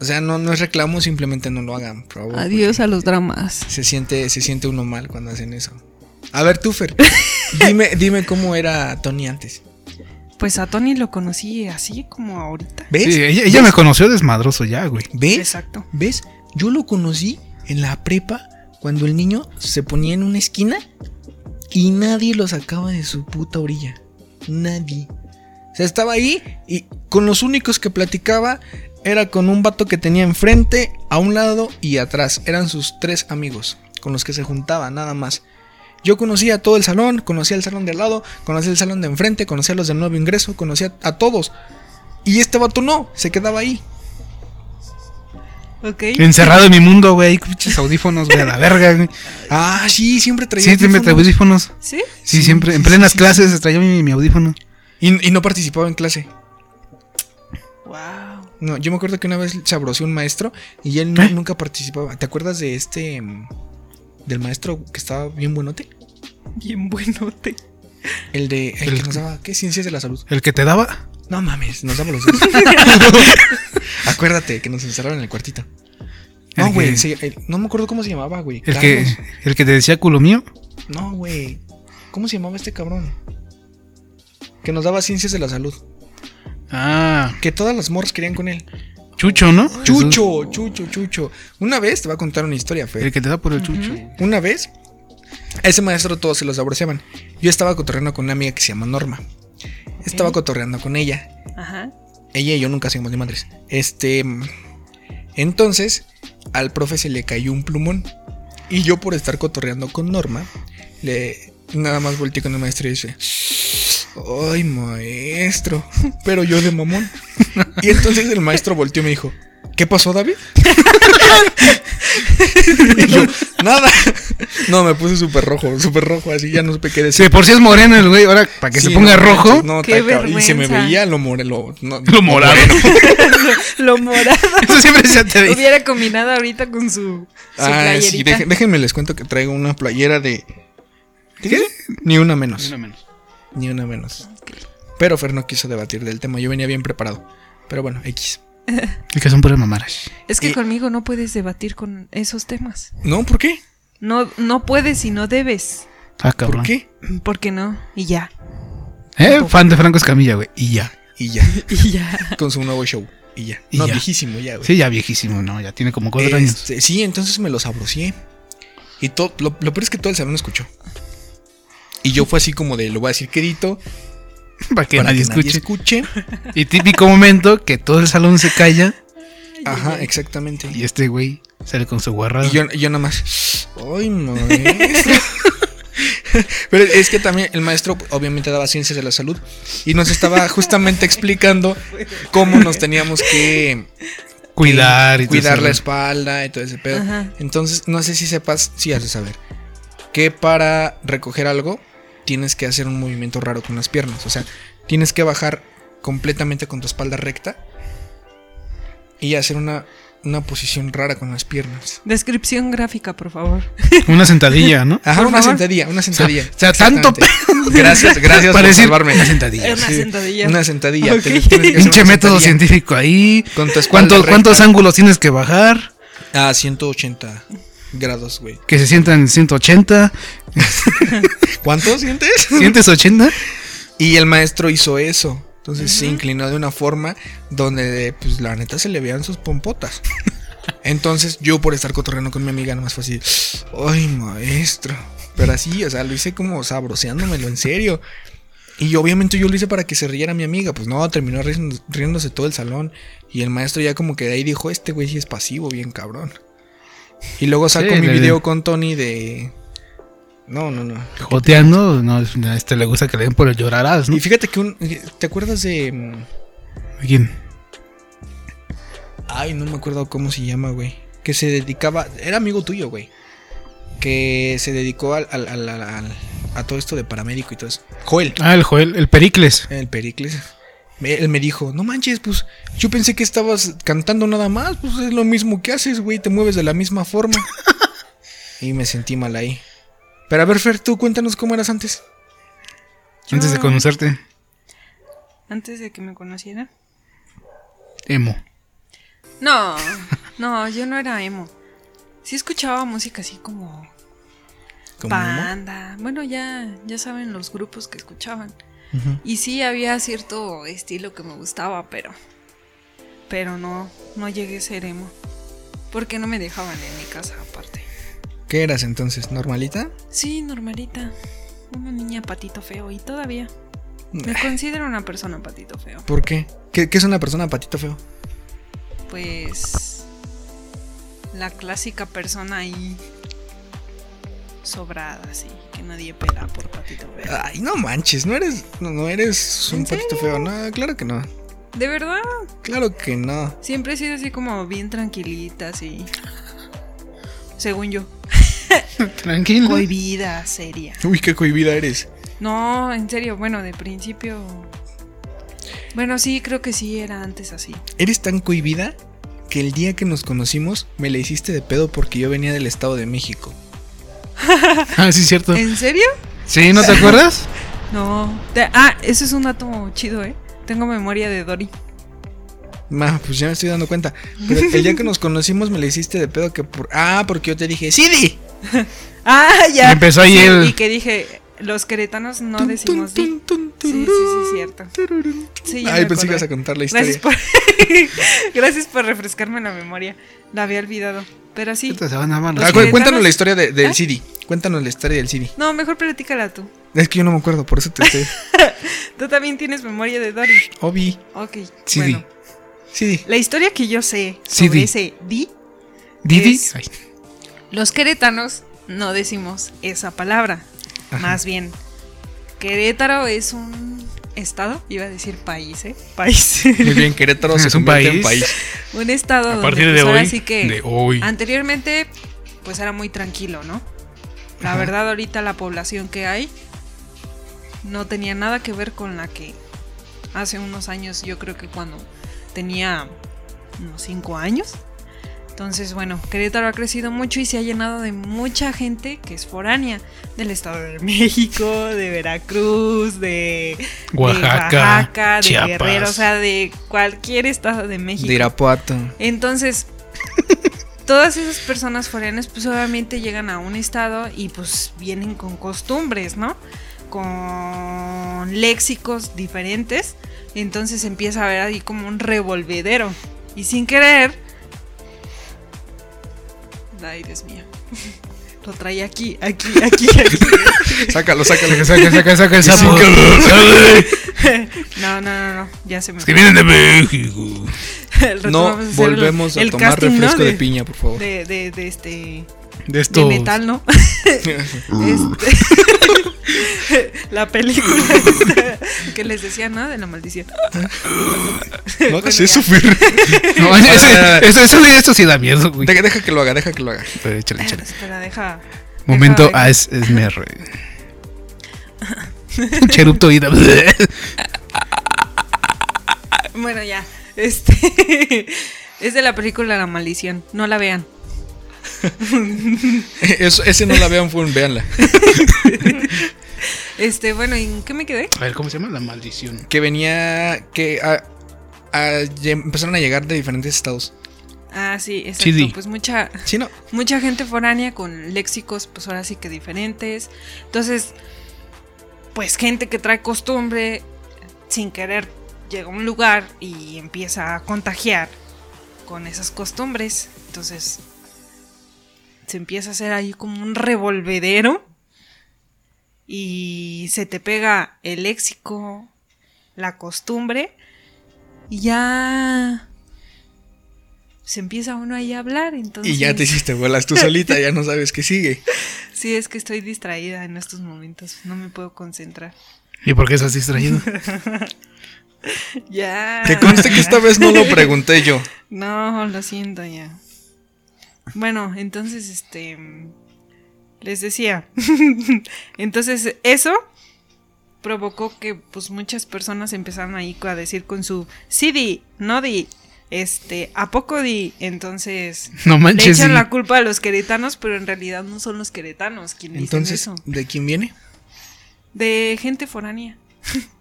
o sea, no, no es reclamo, simplemente no lo hagan, por favor,
Adiós a los dramas.
Se siente, se siente uno mal cuando hacen eso. A ver, Tufer, dime, dime cómo era Tony antes.
Pues a Tony lo conocí así como ahorita.
¿Ves?
Sí, ella, ella me conoció desmadroso ya, güey.
¿Ves?
Exacto.
¿Ves? Yo lo conocí en la prepa cuando el niño se ponía en una esquina y nadie lo sacaba de su puta orilla. Nadie. O sea, estaba ahí y con los únicos que platicaba era con un vato que tenía enfrente, a un lado y atrás. Eran sus tres amigos con los que se juntaba, nada más. Yo conocía todo el salón, conocía el salón de al lado, conocía el salón de enfrente, conocía a los del nuevo ingreso, conocía a todos. Y este vato no, se quedaba ahí.
Ok.
Encerrado en mi mundo, güey. Pinches audífonos, güey, a la verga, güey.
Ah, sí, siempre traía
Sí, siempre traía
audífonos.
audífonos.
¿Sí?
Sí,
Sí,
siempre. En
sí,
plenas
sí, sí.
clases traía mi, mi audífono.
Y, y no participaba en clase.
Wow.
No, yo me acuerdo que una vez se abroció un maestro y él
¿Eh?
nu- nunca participaba. ¿Te acuerdas de este mm, del maestro que estaba bien buenote?
Bien buenote.
El de el,
El-
que nos daba ¿qué ciencias de la salud?
El que te daba.
No mames, nos daba los dos. Acuérdate que nos encerraron en el cuartito. No,
El
güey,
que-
se- el- no me acuerdo cómo se llamaba, güey.
El que,
Carlos.
el que te decía culo mío.
No, güey. ¿Cómo se llamaba este cabrón? Que nos daba ciencias de la salud.
Ah,
Que todas las morras querían con él.
Chucho, ¿no?
Chucho, Chucho, Chucho. Una vez te va a contar una historia, Fer.
El que te da por el chucho.
Una vez, a ese maestro todos se los aborreciaban. Yo estaba cotorreando con una amiga que se llama Norma. Estaba
Ok.
cotorreando con ella.
Ajá.
Ella y yo nunca hacíamos ni madres. Este. mm, Entonces, al profe se le cayó un plumón. Y yo, por estar cotorreando con Norma, le. Nada más volteé con el maestro y dice: ¡Ay, maestro! Pero yo de mamón. Y entonces el maestro volteó y me dijo: ¿Qué pasó, David? Y yo, nada. No, me puse súper rojo, súper rojo, así ya no supe qué
Si
decir.
de por si es moreno el güey, ahora para que
Sí,
se ponga
no,
rojo.
No,
Qué
está cabrón. Y se me
vergüenza.
veía lo moreno. Lo, no-
Lo morado.
Lo morado.
Eso siempre se te dice.
Hubiera combinado ahorita con su, su
Ah, sí,
playerita.
deje- déjenme les cuento que traigo una playera de. ¿Qué? Ni una menos. Ni una menos. Pero Fer no quiso debatir del tema. Yo venía bien preparado. Pero bueno, X.
El que son puras mamaras.
Es que
Y-
conmigo no puedes debatir con esos temas.
No, ¿por qué?
No, no puedes y no debes.
Ah, cabrón.
¿Por qué?
¿Por qué no? Y ya.
Eh, fan de Franco Escamilla, güey. Y ya.
Y ya.
Y ya.
Con su nuevo show. Y ya.
Y
no,
ya.
viejísimo ya, güey.
Sí, ya viejísimo, ¿no? Ya tiene como cuatro años.
Este, sí, entonces me los abrocié. Y todo, lo, lo peor es que todo el salón escuchó. Y yo fue así como de, lo voy a decir quedito,
Para que
para
nadie
que nadie
escuche.
escuche.
Y típico momento que todo el salón se calla
Ajá, exactamente.
y este güey sale con su guarrada.
Y yo, yo nada más. Ay, maestro. Pero es que también el maestro obviamente daba ciencias de la salud y nos estaba justamente explicando cómo nos teníamos que eh,
cuidar y todo
cuidar
eso,
la
güey.
espalda y todo ese pedo.
Ajá.
Entonces, no sé si sepas, si has de saber, que para recoger algo tienes que hacer un movimiento raro con las piernas. O sea, tienes que bajar completamente con tu espalda recta y hacer una, una posición rara con las piernas.
Descripción gráfica, por favor.
Una sentadilla, ¿no?
Ajá,
Por
una
favor.
sentadilla, una sentadilla.
O sea, tanto
Exactamente. Gracias, gracias
Para
por
decir
salvarme.
una sentadilla.
Una
Sí,
sentadilla.
Una sentadilla.
Ok.
tienes que hacer una
Pinche método
sentadilla
científico ahí.
Con tu espalda
¿Cuántos,
recta.
¿Cuántos ángulos tienes que bajar?
Ah, 180 grados, güey.
Que se sientan 180.
¿Cuántos sientes?
¿Sientes 80?
Y el maestro hizo eso. Entonces se inclinó de una forma donde, pues, la neta se le veían sus pompotas. Entonces yo, por estar cotorreando con mi amiga, nomás fue así: ¡Ay, maestro! Pero así, o sea, lo hice como sabroseándomelo en serio. Y obviamente yo lo hice para que se riera mi amiga. Pues no, terminó riendo- riéndose todo el salón. Y el maestro ya como que de ahí dijo: Este güey sí es pasivo, bien cabrón. Y luego saco
Sí,
mi
le-
video con Tony de. No, no, no.
Joteando, no, a este le gusta que le den por el llorarás, ¿no?
Y fíjate que un. ¿Te acuerdas de. mm,
¿Quién?
Ay, no me acuerdo cómo se llama, güey. Que se dedicaba. Era amigo tuyo, güey. Que se dedicó al, al- al- al- al- a todo esto de paramédico y todo eso. Joel.
Ah, el Joel, el Pericles.
El Pericles. me- él me dijo, no manches, pues yo pensé que estabas cantando nada más, pues es lo mismo que haces, güey, te mueves de la misma forma. y me sentí mal ahí. Pero a ver, Fer, tú cuéntanos cómo eras antes.
Yo-
Antes de conocerte,
Antes de que me conociera.
emo.
No, no, yo no era emo. Sí escuchaba música así como
¿Como emo?
banda. Bueno, ya, ya saben los grupos que escuchaban.
Ujú.
Y sí había cierto estilo que me gustaba, pero. Pero no, no llegué a ser emo. Porque no me dejaban en mi casa aparte.
¿Qué eras entonces? ¿Normalita?
Sí, normalita. Una niña patito feo y todavía. Me considero una persona patito feo.
¿Por qué? ¿Qué, qué es una persona patito feo?
Pues. La clásica persona ahí. Sobrada, así. Que nadie pela por patito feo.
Ay, no manches, no eres, no, no eres un
¿En
patito feo, no, claro que no,
De verdad,
claro que no.
siempre he sido así como bien tranquilita, así. Según yo.
Tranquilo.
Cohibida, seria.
Uy, qué cohibida eres.
No, en serio, bueno, de principio. Bueno, sí, creo que sí era antes así.
Eres tan cohibida que el día que nos conocimos me la hiciste de pedo porque yo venía del Estado de México.
Ah, sí, cierto.
¿En serio?
Sí, ¿no te acuerdas?
No. Te- ah, eso es un dato chido, ¿eh? Tengo memoria de Dory.
Ma, pues ya me estoy dando cuenta. Pero el día que nos conocimos me la hiciste de pedo que por... Ah, porque yo te dije, ¡Sidi!
Ah, ya.
Empezó ahí
Sí,
el-
Y que dije, los queretanos no decimos. di.
Tun, tun,
Sí, sí,
tururú,
sí, cierto.
tururú.
Sí, ya
Ay,
me
pensé que
acordé.
ibas a contar la historia. Ah,
Gracias por... Gracias por refrescarme la memoria. La había olvidado. Pero sí.
Se van a
Ah,
Los
cu-
mandar.
que-
cuéntanos
queretanos-
la historia de- del
¿Eh?
Sidi. Cuéntanos la historia del Sidi.
No, mejor platícala tú.
Es que yo no me acuerdo, por eso te estoy...
Tú también tienes memoria de Dory.
Obi.
Ok.
Sí,
bueno.
Sidi.
La historia que yo sé
Sí,
sobre
di.
ese di,
Didi.
Es-
Ay,
los queretanos no decimos esa palabra.
Ajá.
Más bien, Querétaro es un estado, iba a decir país, ¿eh? País.
Muy bien, Querétaro se
Es un
convierte en
país.
país.
un estado
A
donde,
partir
pues,
de
ahora
hoy.
sí que
De hoy.
anteriormente pues era muy tranquilo, ¿no? La
Ajá.
verdad ahorita la población que hay no tenía nada que ver con la que hace unos años, yo creo que cuando tenía unos 5 años. Entonces, bueno, Querétaro ha crecido mucho y se ha llenado de mucha gente que es foránea, del Estado de México, de Veracruz, de de
Oaxaca,
Oaxaca, de
Chiapas.
Guerrero, o sea, de cualquier estado de México.
De Irapuato.
Entonces, todas esas personas foráneas, pues obviamente llegan a un estado y pues vienen con costumbres, ¿no? Con léxicos diferentes. Entonces empieza a haber ahí como un revolvedero. Y sin querer. Ay, Dios mío. Lo traía aquí, aquí, aquí, aquí.
Sácalo, sácalo.
Saca, saca, saca, saca el sapo.
No, no, no, no. Ya se me
Que
fue.
vienen de México.
No
Retomamos el-
volvemos a
el
tomar
casting, ¿no?
refresco de,
de-
piña, por favor.
de- de- de este.
De
De
estos.
metal, ¿no? Este, la película esta que les decía, ¿no? De la maldición.
no hagas
Bueno,
eso, Fer.
No, ese- eso, eso, eso sí da miedo, güey.
Deja, deja que lo haga, deja que lo haga.
Pero échale, échale.
Ah, Espera, deja.
Momento
deja-
ASMR. Cherupto ida.
Bueno, ya. Este. Es de la película La Maldición. No la vean.
Eso- ese no la vean, fue un véanla.
Este, bueno, ¿en qué me quedé?
A ver, ¿cómo se llama? La maldición.
Que venía. Que a- a- ye- empezaron a llegar de diferentes estados.
Ah, sí, exacto.
Sí, di.
Pues mucha,
Sí, no.
mucha gente foránea con léxicos, pues ahora sí que diferentes. Entonces, pues gente que trae costumbre, sin querer, llega a un lugar y empieza a contagiar con esas costumbres. Entonces, se empieza a hacer ahí como un revolvedero y se te pega el léxico, la costumbre, y ya... Se empieza uno ahí a hablar, entonces...
Y ya te hiciste bolas tú solita, ya no sabes qué sigue.
Sí, es que estoy distraída en estos momentos. No me puedo concentrar.
¿Y por qué estás distraído?
Ya.
Que conste que esta vez no lo pregunté yo.
No, lo siento ya. Bueno, entonces, este. Les decía. entonces, eso provocó que pues muchas personas empezaron ahí a decir con su sí di, no di, este, a poco di, entonces
No
le
manches.
echan
sí.
la culpa a los queretanos, pero en realidad no son los queretanos quienes
Entonces,
dicen eso.
¿de quién viene?
De gente foránea.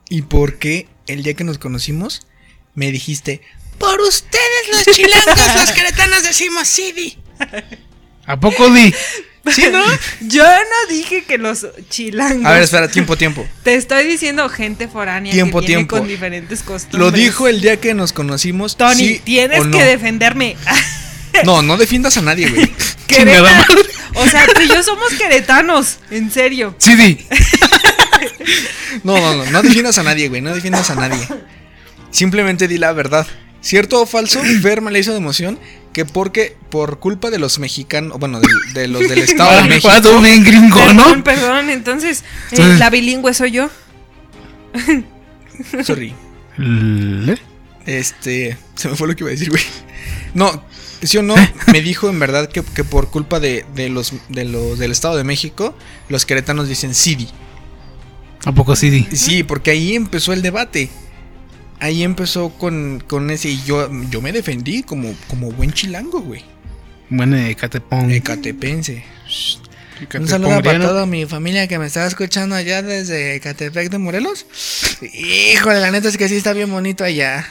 ¿Y por qué el día que nos conocimos me dijiste, por ustedes los chilangos, los queretanos decimos Sidi?
¿A poco di?
¿Sí, no?
Yo no dije que los chilangos.
A ver, espera, tiempo, tiempo.
Te estoy diciendo gente foránea
Tiempo,
que viene
tiempo.
con diferentes
Lo
costumbres.
dijo el día que nos conocimos.
Tony,
¿sí
tienes
o no?
que defenderme.
No, no defiendas a nadie, güey.
Chingada
Querétaro.
madre.
O sea, tú y yo somos queretanos, en serio.
Sí di.
No, no, no, no defiendas a nadie, güey, no defiendas a nadie. Simplemente di la verdad. ¿Cierto o falso? Fer me le hizo de emoción que porque por culpa de los mexicanos, bueno, del- de, los del Estado
Ahora
de
me
México.
juega Ah, todo bien gringo,
Perdón,
¿no?
perdón, entonces, eh,
Entonces-
la bilingüe soy yo.
Sorry.
Le-
Este, se me fue lo que iba a decir, güey. No, sí o no, me dijo en verdad que, que por culpa de, de los, de los del Estado de México, los queretanos dicen Sidi.
¿A poco sí di?
Sí, porque ahí empezó el debate. Ahí empezó con, con ese. Y yo, yo me defendí como, como buen chilango, güey.
Bueno, Ecatepón.
Ecatepense.
Ecatepón
Un saludo para
Mariano.
toda mi familia que me está escuchando allá desde Ecatepec de Morelos. Híjole, la neta es que sí está bien bonito allá.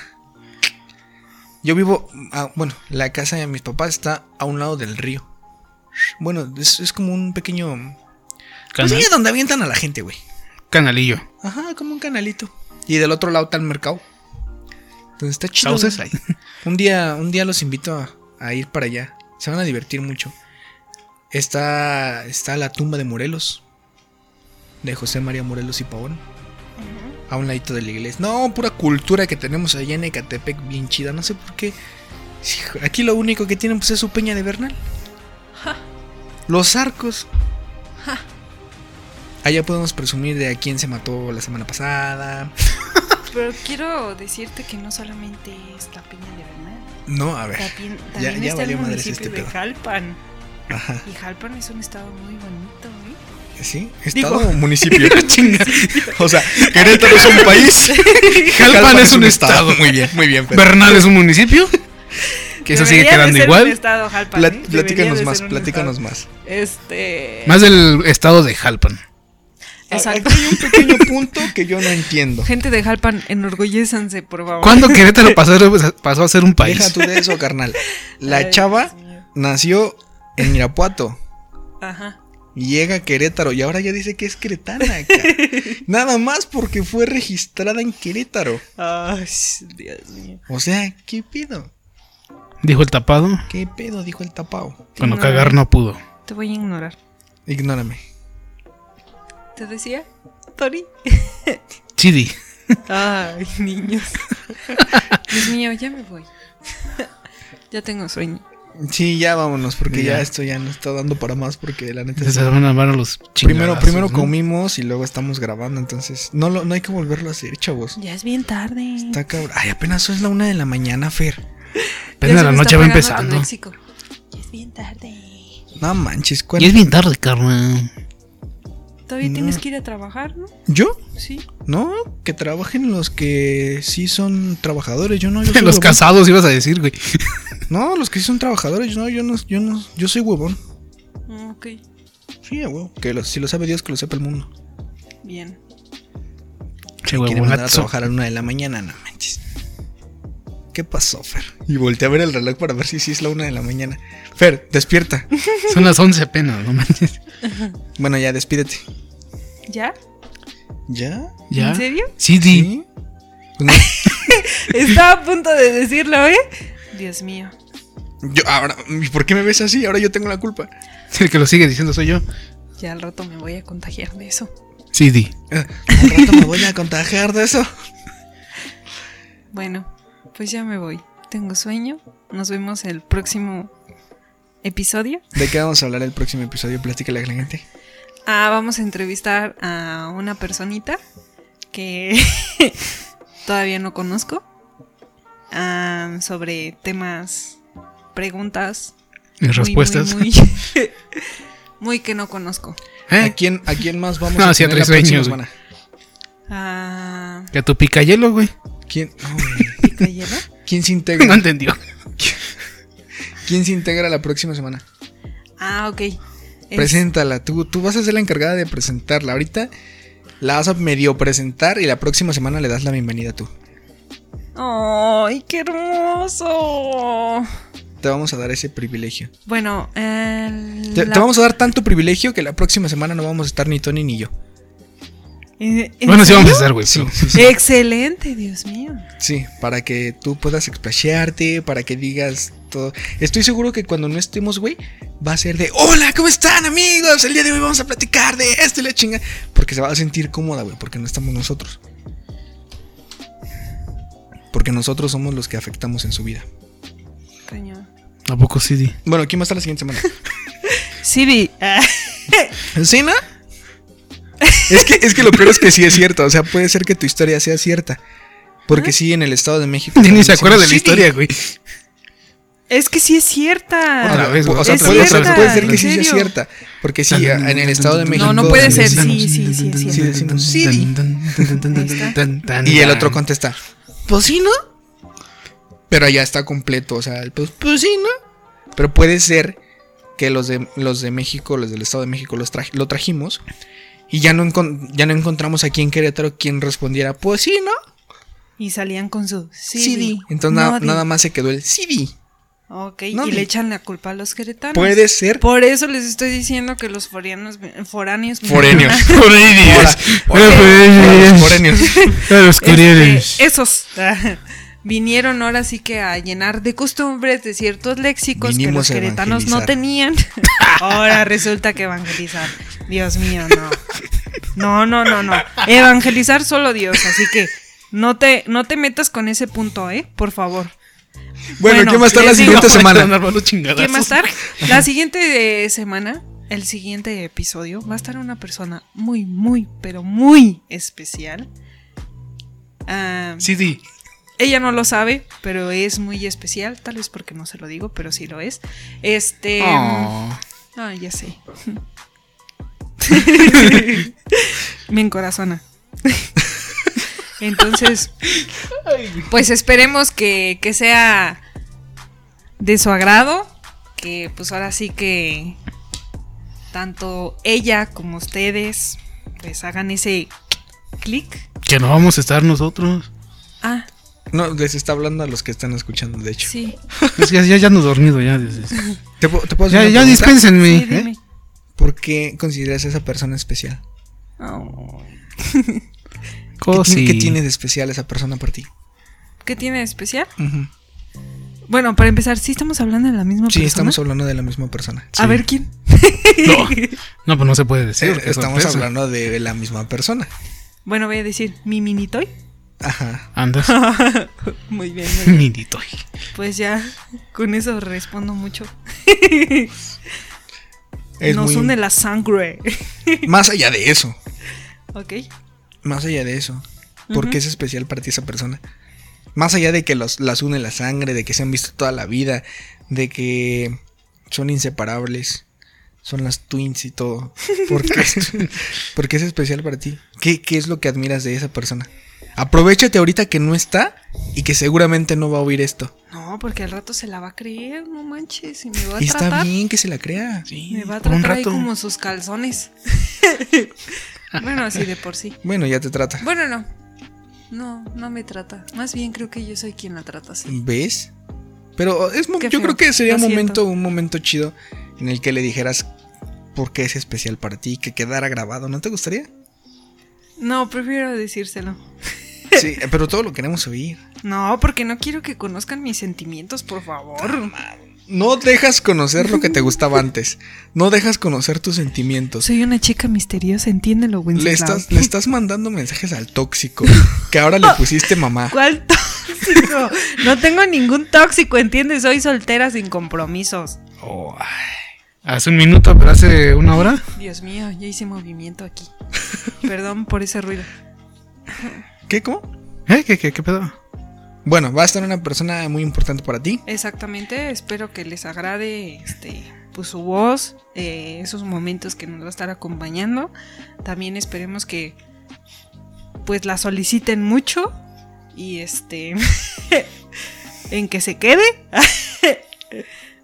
Yo vivo, ah, bueno, la casa de mis papás está a un lado del río. Bueno, es, es como un pequeño... Pues
Canal-
sí, donde avientan a la gente, güey.
Canalillo.
Ajá, como un canalito. Y del otro lado está el mercado. Entonces está chido. güey.
Sauces ahí.
Un día, un día los invito a, a ir para allá. Se van a divertir mucho. Está, está la tumba de Morelos. De José María Morelos y Pavón. A un ladito de la iglesia. No, pura cultura que tenemos allá en Ecatepec, bien chida. No sé por qué. Hijo, Aquí lo único que tienen pues, es su peña de Bernal. Los arcos. Allá podemos presumir de a quién se mató la semana pasada.
Pero quiero decirte que no solamente es la piña de Bernal,
No, a ver.
también,
Ya-
también
ya
está el
valió madres
municipio
este
de
pedo.
Jalpan.
Ajá.
Y Jalpan es un estado muy bonito, ¿eh?
¿Sí? Estado
Digo-
o municipio.
Chinga.
O sea, Querétaro es un país.
Jalpan es un estado.
Muy bien, muy bien. Fer.
Bernal es un municipio. Que eso
Debería
sigue
de
quedando
ser un
igual.
estado Jalpan,
Pla-
¿eh? Debería
platícanos
de
más,
ser un
platícanos
estado.
más.
Este.
Más del estado de Jalpan.
Exacto.
Aquí hay un pequeño punto que yo no entiendo.
Gente de Jalpan, enorgullezanse, por favor.
¿Cuándo Querétaro pasó, a- pasó a ser un
Deja
país?
tú de eso, carnal.
Ay,
La
Dios
chava
mío.
nació en Irapuato.
Ajá.
Llega a Querétaro y ahora ya dice que es queretana. ca. Nada más porque fue registrada en Querétaro.
Ay, Dios mío.
O sea, ¿qué pedo?
Dijo el tapado.
¿Qué pedo? Dijo el tapao.
Cuando
No.
cagar no pudo.
Te voy a ignorar.
Ignórame.
¿Te decía? Tori.
Chidi.
Ay, niños. Dios mío, ya me voy. ya tengo sueño.
Sí, ya vámonos, porque ya,
Ya.
esto ya no está dando para más, porque la neta
Entonces
es
se van a armar a los
Primero,
chingadazos,
primero
¿no?
comimos y luego estamos grabando, entonces no, lo, no hay que volverlo a hacer, chavos.
Ya es bien tarde.
Está cabrón. Ay, apenas es la una de la mañana, Fer.
Apenas
Ya se me
la
está
noche va
pegando tu
empezando.
léxico. Ya es bien tarde.
No manches, ¿cuál?
Y es bien tarde, carnal.
Todavía
No.
tienes que ir a trabajar, ¿no?
¿Yo?
Sí.
No, que trabajen los que sí son trabajadores, yo no. Yo soy
Los
huevón.
casados ibas a decir, güey.
No, los que sí son trabajadores, no, yo no, yo no, yo soy huevón.
Mm, Ok,
Sí, huevo. Que lo- si lo sabe Dios, que lo sepa el mundo.
bien.
Quiere mandar
Che,
a
huevonazo.
trabajar a la una de la mañana, no manches. ¿Qué pasó, Fer? Y volteé a ver el reloj para ver si sí es la una de la mañana. Fer, despierta.
Son las 11 apenas, no manches.
bueno, ya, despídete.
¿Ya?
¿Ya?
¿Ya?
¿En serio?
Sí, di.
¿Sí? Pues
Estaba a punto de decirlo, ¿eh? Dios mío.
no. Yo, ahora, ¿y ¿por qué me ves así? Ahora yo tengo la culpa.
El que lo sigue diciendo soy yo.
Ya al rato me voy a contagiar de eso.
Sí, di.
Ah, Al rato me voy a contagiar de eso.
Bueno, pues ya me voy. Tengo sueño. Nos vemos el próximo episodio.
¿De qué vamos a hablar el próximo episodio? Platícale a la gente.
Ah, vamos a entrevistar a una personita que todavía no conozco. Ah, sobre temas, preguntas.
Mis
muy,
respuestas.
Muy, muy- muy que no conozco.
¿A
¿Eh?
Ah, quién, a quién más vamos
No,
a
sí, a
tener la
tres
próxima semana?
sueños,
Ah,
Que a tu picayelo, güey.
¿Quién, no, güey.
¿Picayelo?
¿Quién se
No
integra?
entendió.
¿Quién se integra la próxima semana?
Ah, ok. Es-
Preséntala, tú, tú vas a ser la encargada de presentarla. Ahorita la vas a medio presentar y la próxima semana le das la bienvenida tú.
¡Ay, qué hermoso!
Te vamos a dar ese privilegio.
Bueno, el-
Te,
la-
te vamos a dar tanto privilegio que la próxima semana no vamos a estar ni Tony ni yo.
¿En- en
Bueno, sí
serio?
vamos a estar, güey.
Sí,
pero-
sí, sí.
Excelente, Dios mío.
Sí, para que tú puedas explayarte, para que digas todo. Estoy seguro que cuando no estemos, güey, va a ser de Hola, ¿cómo están, amigos? El día de hoy vamos a platicar de esto y la chinga. Porque se va a sentir cómoda, güey, porque no estamos nosotros. Porque nosotros somos los que afectamos en su vida.
Cañón.
¿A poco sí? di?
Bueno, ¿quién va a estar la siguiente semana?
Sí, vi.
¿Cena? Es que, es que lo peor es que sí es cierto. O sea, puede ser que tu historia sea cierta. Porque sí, en el Estado de México.
Ni se
también
acuerda
decimos,
de la
"Sí,
historia, güey.
es que sí es cierta.
Otra
Ah,
vez, güey.
O sea,
Es
puede,
cierta,
ser- puede ser
¿en
que sí sea
serio?
cierta. Porque sí, en el Estado de México.
No, no puede ser,
decimos-
sí, sí, sí, sí.
Sí, decimos, sí, di. Y el otro contesta, pues sí, ¿no? Pero allá está completo, o sea, el, pues, pues sí, ¿no? Pero puede ser que los de, los de México, los del Estado de México, los traj- lo trajimos y ya no, encon- ya no encontramos aquí en Querétaro quien respondiera, pues sí, ¿no?
Y salían con su sí,
Sí,
di.
di. Entonces
No,
nada,
di.
nada más se quedó el sí, di.
Ok,
No,
y
di.
le echan la culpa a los queretanos.
Puede ser
Por eso les estoy diciendo que los foreanos, foráneos.
foreños.
Hola.
Hola,
pues,
hola, los foreños.
A los
este,
curiosos.
esos ah, vinieron ahora sí que a llenar de costumbres de ciertos léxicos
Vinimos a
que los queretanos no
evangelizar.
tenían. ahora resulta que evangelizar. Dios mío, no. No, no, no, no. Evangelizar solo Dios, así que no te, no te metas con ese punto, ¿eh? Por favor.
Bueno,
Bueno,
¿quién va a estar la
este,
les digo,
siguiente semana?
¿Qué va a estar? La siguiente eh, semana, el siguiente episodio, va a estar una persona muy, muy, pero muy especial. Ah,
Sí, di.
Ella no lo sabe, pero es muy especial, tal vez porque no se lo digo, pero sí lo es. Este...
Oh.
Ah, ya sé. Me encorazona. Entonces, pues esperemos que, que sea de su agrado, que pues ahora sí que tanto ella como ustedes pues hagan ese clic.
Que no vamos a estar nosotros.
Ah,
No, les está hablando a los que están escuchando, de hecho.
sí,
Es que ya, ya nos dormido, ya. desde-
¿Te, puedo- te puedo hacer
Ya,
una
ya
pregunta?
dispénsenme.
sí,
¿eh?
dime.
¿Por qué consideras a esa persona especial?
Oh,
¿Qué,
Cosi.
tiene, qué tiene de especial esa persona para ti?
¿Qué tiene de especial? Bueno, para empezar, sí estamos hablando de la misma
Sí,
persona.
estamos hablando de la misma persona.
A ver quién.
No, no, pues no se puede decir.
Eh,
qué
estamos
sorpresa.
hablando de la misma persona.
Bueno, voy a decir mi minitoy.
Ajá.
Andas.
Muy bien,
Minitoy.
Pues ya, con eso respondo mucho.
Es
Nos
muy-
une la sangre.
Más allá de eso.
ok.
Más allá de eso. ¿Por
Ujú.
qué es especial para ti esa persona? Más allá de que los, las une la sangre, de que se han visto toda la vida, de que son inseparables, son las twins y todo. ¿Por qué, por qué es especial para ti? ¿Qué, ¿Qué es lo que admiras de esa persona? Aprovechate ahorita que no está y que seguramente no va a oír esto.
No, porque al rato se la va a creer, no manches. Y me va a
Y está
tratar.
bien que se la crea.
Me va a
por un
tratar ahí
rato.
como sus calzones. bueno, así de por sí.
Bueno, ya te trata.
Bueno, no. No, no me trata. Más bien creo que yo soy quien la trata así.
¿Ves? Pero es mo-
Qué
yo
feo,
creo que sería
lo
un momento,
siento.
un momento chido en el que le dijeras por qué es especial para ti, que quedara grabado, ¿no te gustaría?
No, prefiero decírselo.
Sí, eh, pero todo lo queremos oír.
No, porque no quiero que conozcan mis sentimientos, por favor.
No dejas conocer lo que te gustaba antes. No dejas conocer tus sentimientos.
Soy una chica misteriosa, entiéndelo, güey.
Le estás, le estás mandando mensajes al tóxico, que ahora le pusiste mamá.
¿Cuál tóxico? No tengo ningún tóxico, ¿entiendes? Soy soltera sin compromisos.
Oh, ay. hace un minuto, pero hace una hora.
Dios mío, ya hice movimiento aquí. Perdón por ese ruido.
¿Qué? ¿Cómo?
¿Eh? ¿Qué, qué, qué pedo?
Bueno, va a estar una persona muy importante para ti.
Exactamente, espero que les agrade este, pues, su voz, eh, esos momentos que nos va a estar acompañando. También esperemos que pues la soliciten mucho y este en que se quede.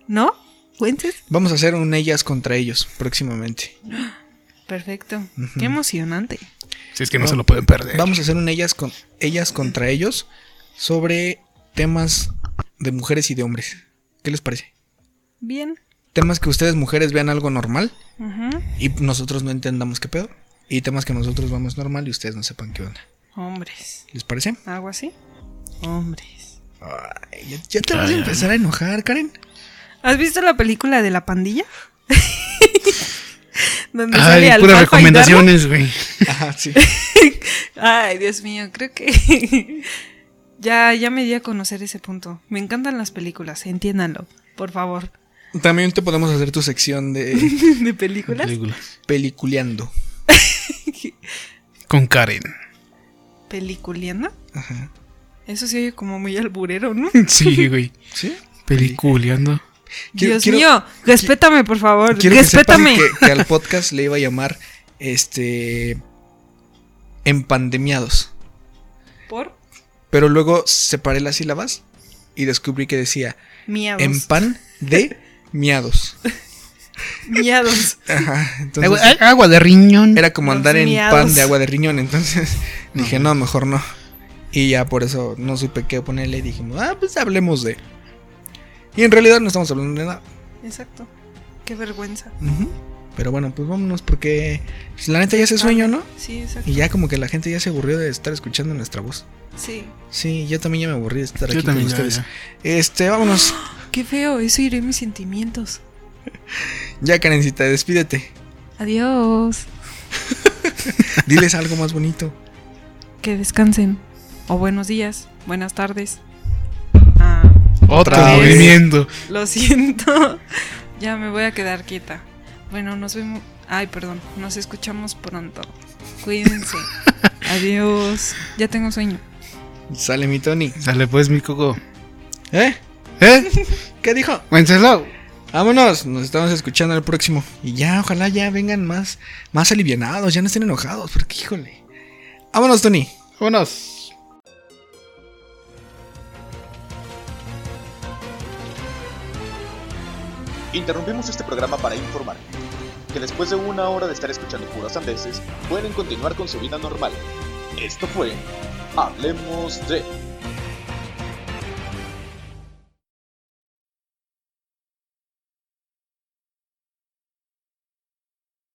¿No? ¿Fuentes?
Vamos a hacer un ellas contra ellos próximamente.
Perfecto. Qué emocionante.
Si es que no, se lo pueden perder.
Vamos a hacer un ellas con ellas contra ellos sobre temas de mujeres y de hombres. ¿Qué les parece?
Bien.
Temas que ustedes mujeres vean algo normal
Ujú.
y nosotros no entendamos qué pedo. Y temas que nosotros vamos normal y ustedes no sepan qué onda.
Hombres.
¿Les parece?
¿Algo así? Hombres.
Ay, ya, ya te vas a empezar a enojar, Karen.
¿Has visto la película de la pandilla? Donde
Ay,
al
puras
Malfa y Darla.
recomendaciones, güey.
Ajá, sí.
Ay, Dios mío, creo que ya, ya me di a conocer ese punto. Me encantan las películas, entiéndanlo, por favor.
También te podemos hacer tu sección de
¿De películas?
Películas.
peliculeando.
Con Karen.
¿Peliculeando?
Ajá.
Eso se oye como muy alburero, ¿no?
Sí, güey.
¿Sí?
Peliculeando.
Dios mío, respétame, por favor.
Quiero que sepan
Respétame.
que, que al podcast le iba a llamar este empandemiados.
Por
Pero luego separé las sílabas y descubrí que decía
miados.
empan de miados.
miados.
Ajá,
Agua,
entonces
agua de riñón.
era como
Los
andar en
miados.
pan de agua de riñón, entonces dije, no, mejor no. Y ya por eso no supe qué ponerle y dijimos, ah, pues hablemos de... Y en realidad no estamos hablando de nada.
Exacto. Qué vergüenza.
Ujú. Pero bueno, pues vámonos porque pues, la neta ya se sueño, ¿no?
Sí, exacto.
Y ya como que la gente ya se aburrió de estar escuchando nuestra voz.
Sí.
Sí, yo también ya me aburrí de estar
Yo
aquí con
también ya,
ustedes.
ya.
Este, vámonos.
Qué feo, eso iré mis sentimientos.
Ya, Karencita, despídete.
Adiós.
Diles algo más bonito.
Que descansen. O buenos días, buenas tardes. Ah,
Otra
Otra
vez.
durmiendo.
lo siento. ya me voy a quedar quieta. Bueno, nos vemos. Ay, perdón. Nos escuchamos pronto. Cuídense. Adiós. Ya tengo sueño.
Sale mi Tony.
Sale pues, mi coco.
¿Eh?
¿Eh?
¿Qué dijo?
Wenceslao.
Vámonos, nos estamos escuchando al próximo. Y ya, ojalá ya vengan más, más alivianados, ya no estén enojados, porque híjole. Vámonos, Tony.
Vámonos.
Interrumpimos este programa para informar que después de una hora de estar escuchando puras andeses, pueden continuar con su vida normal. Esto fue Hablemos de...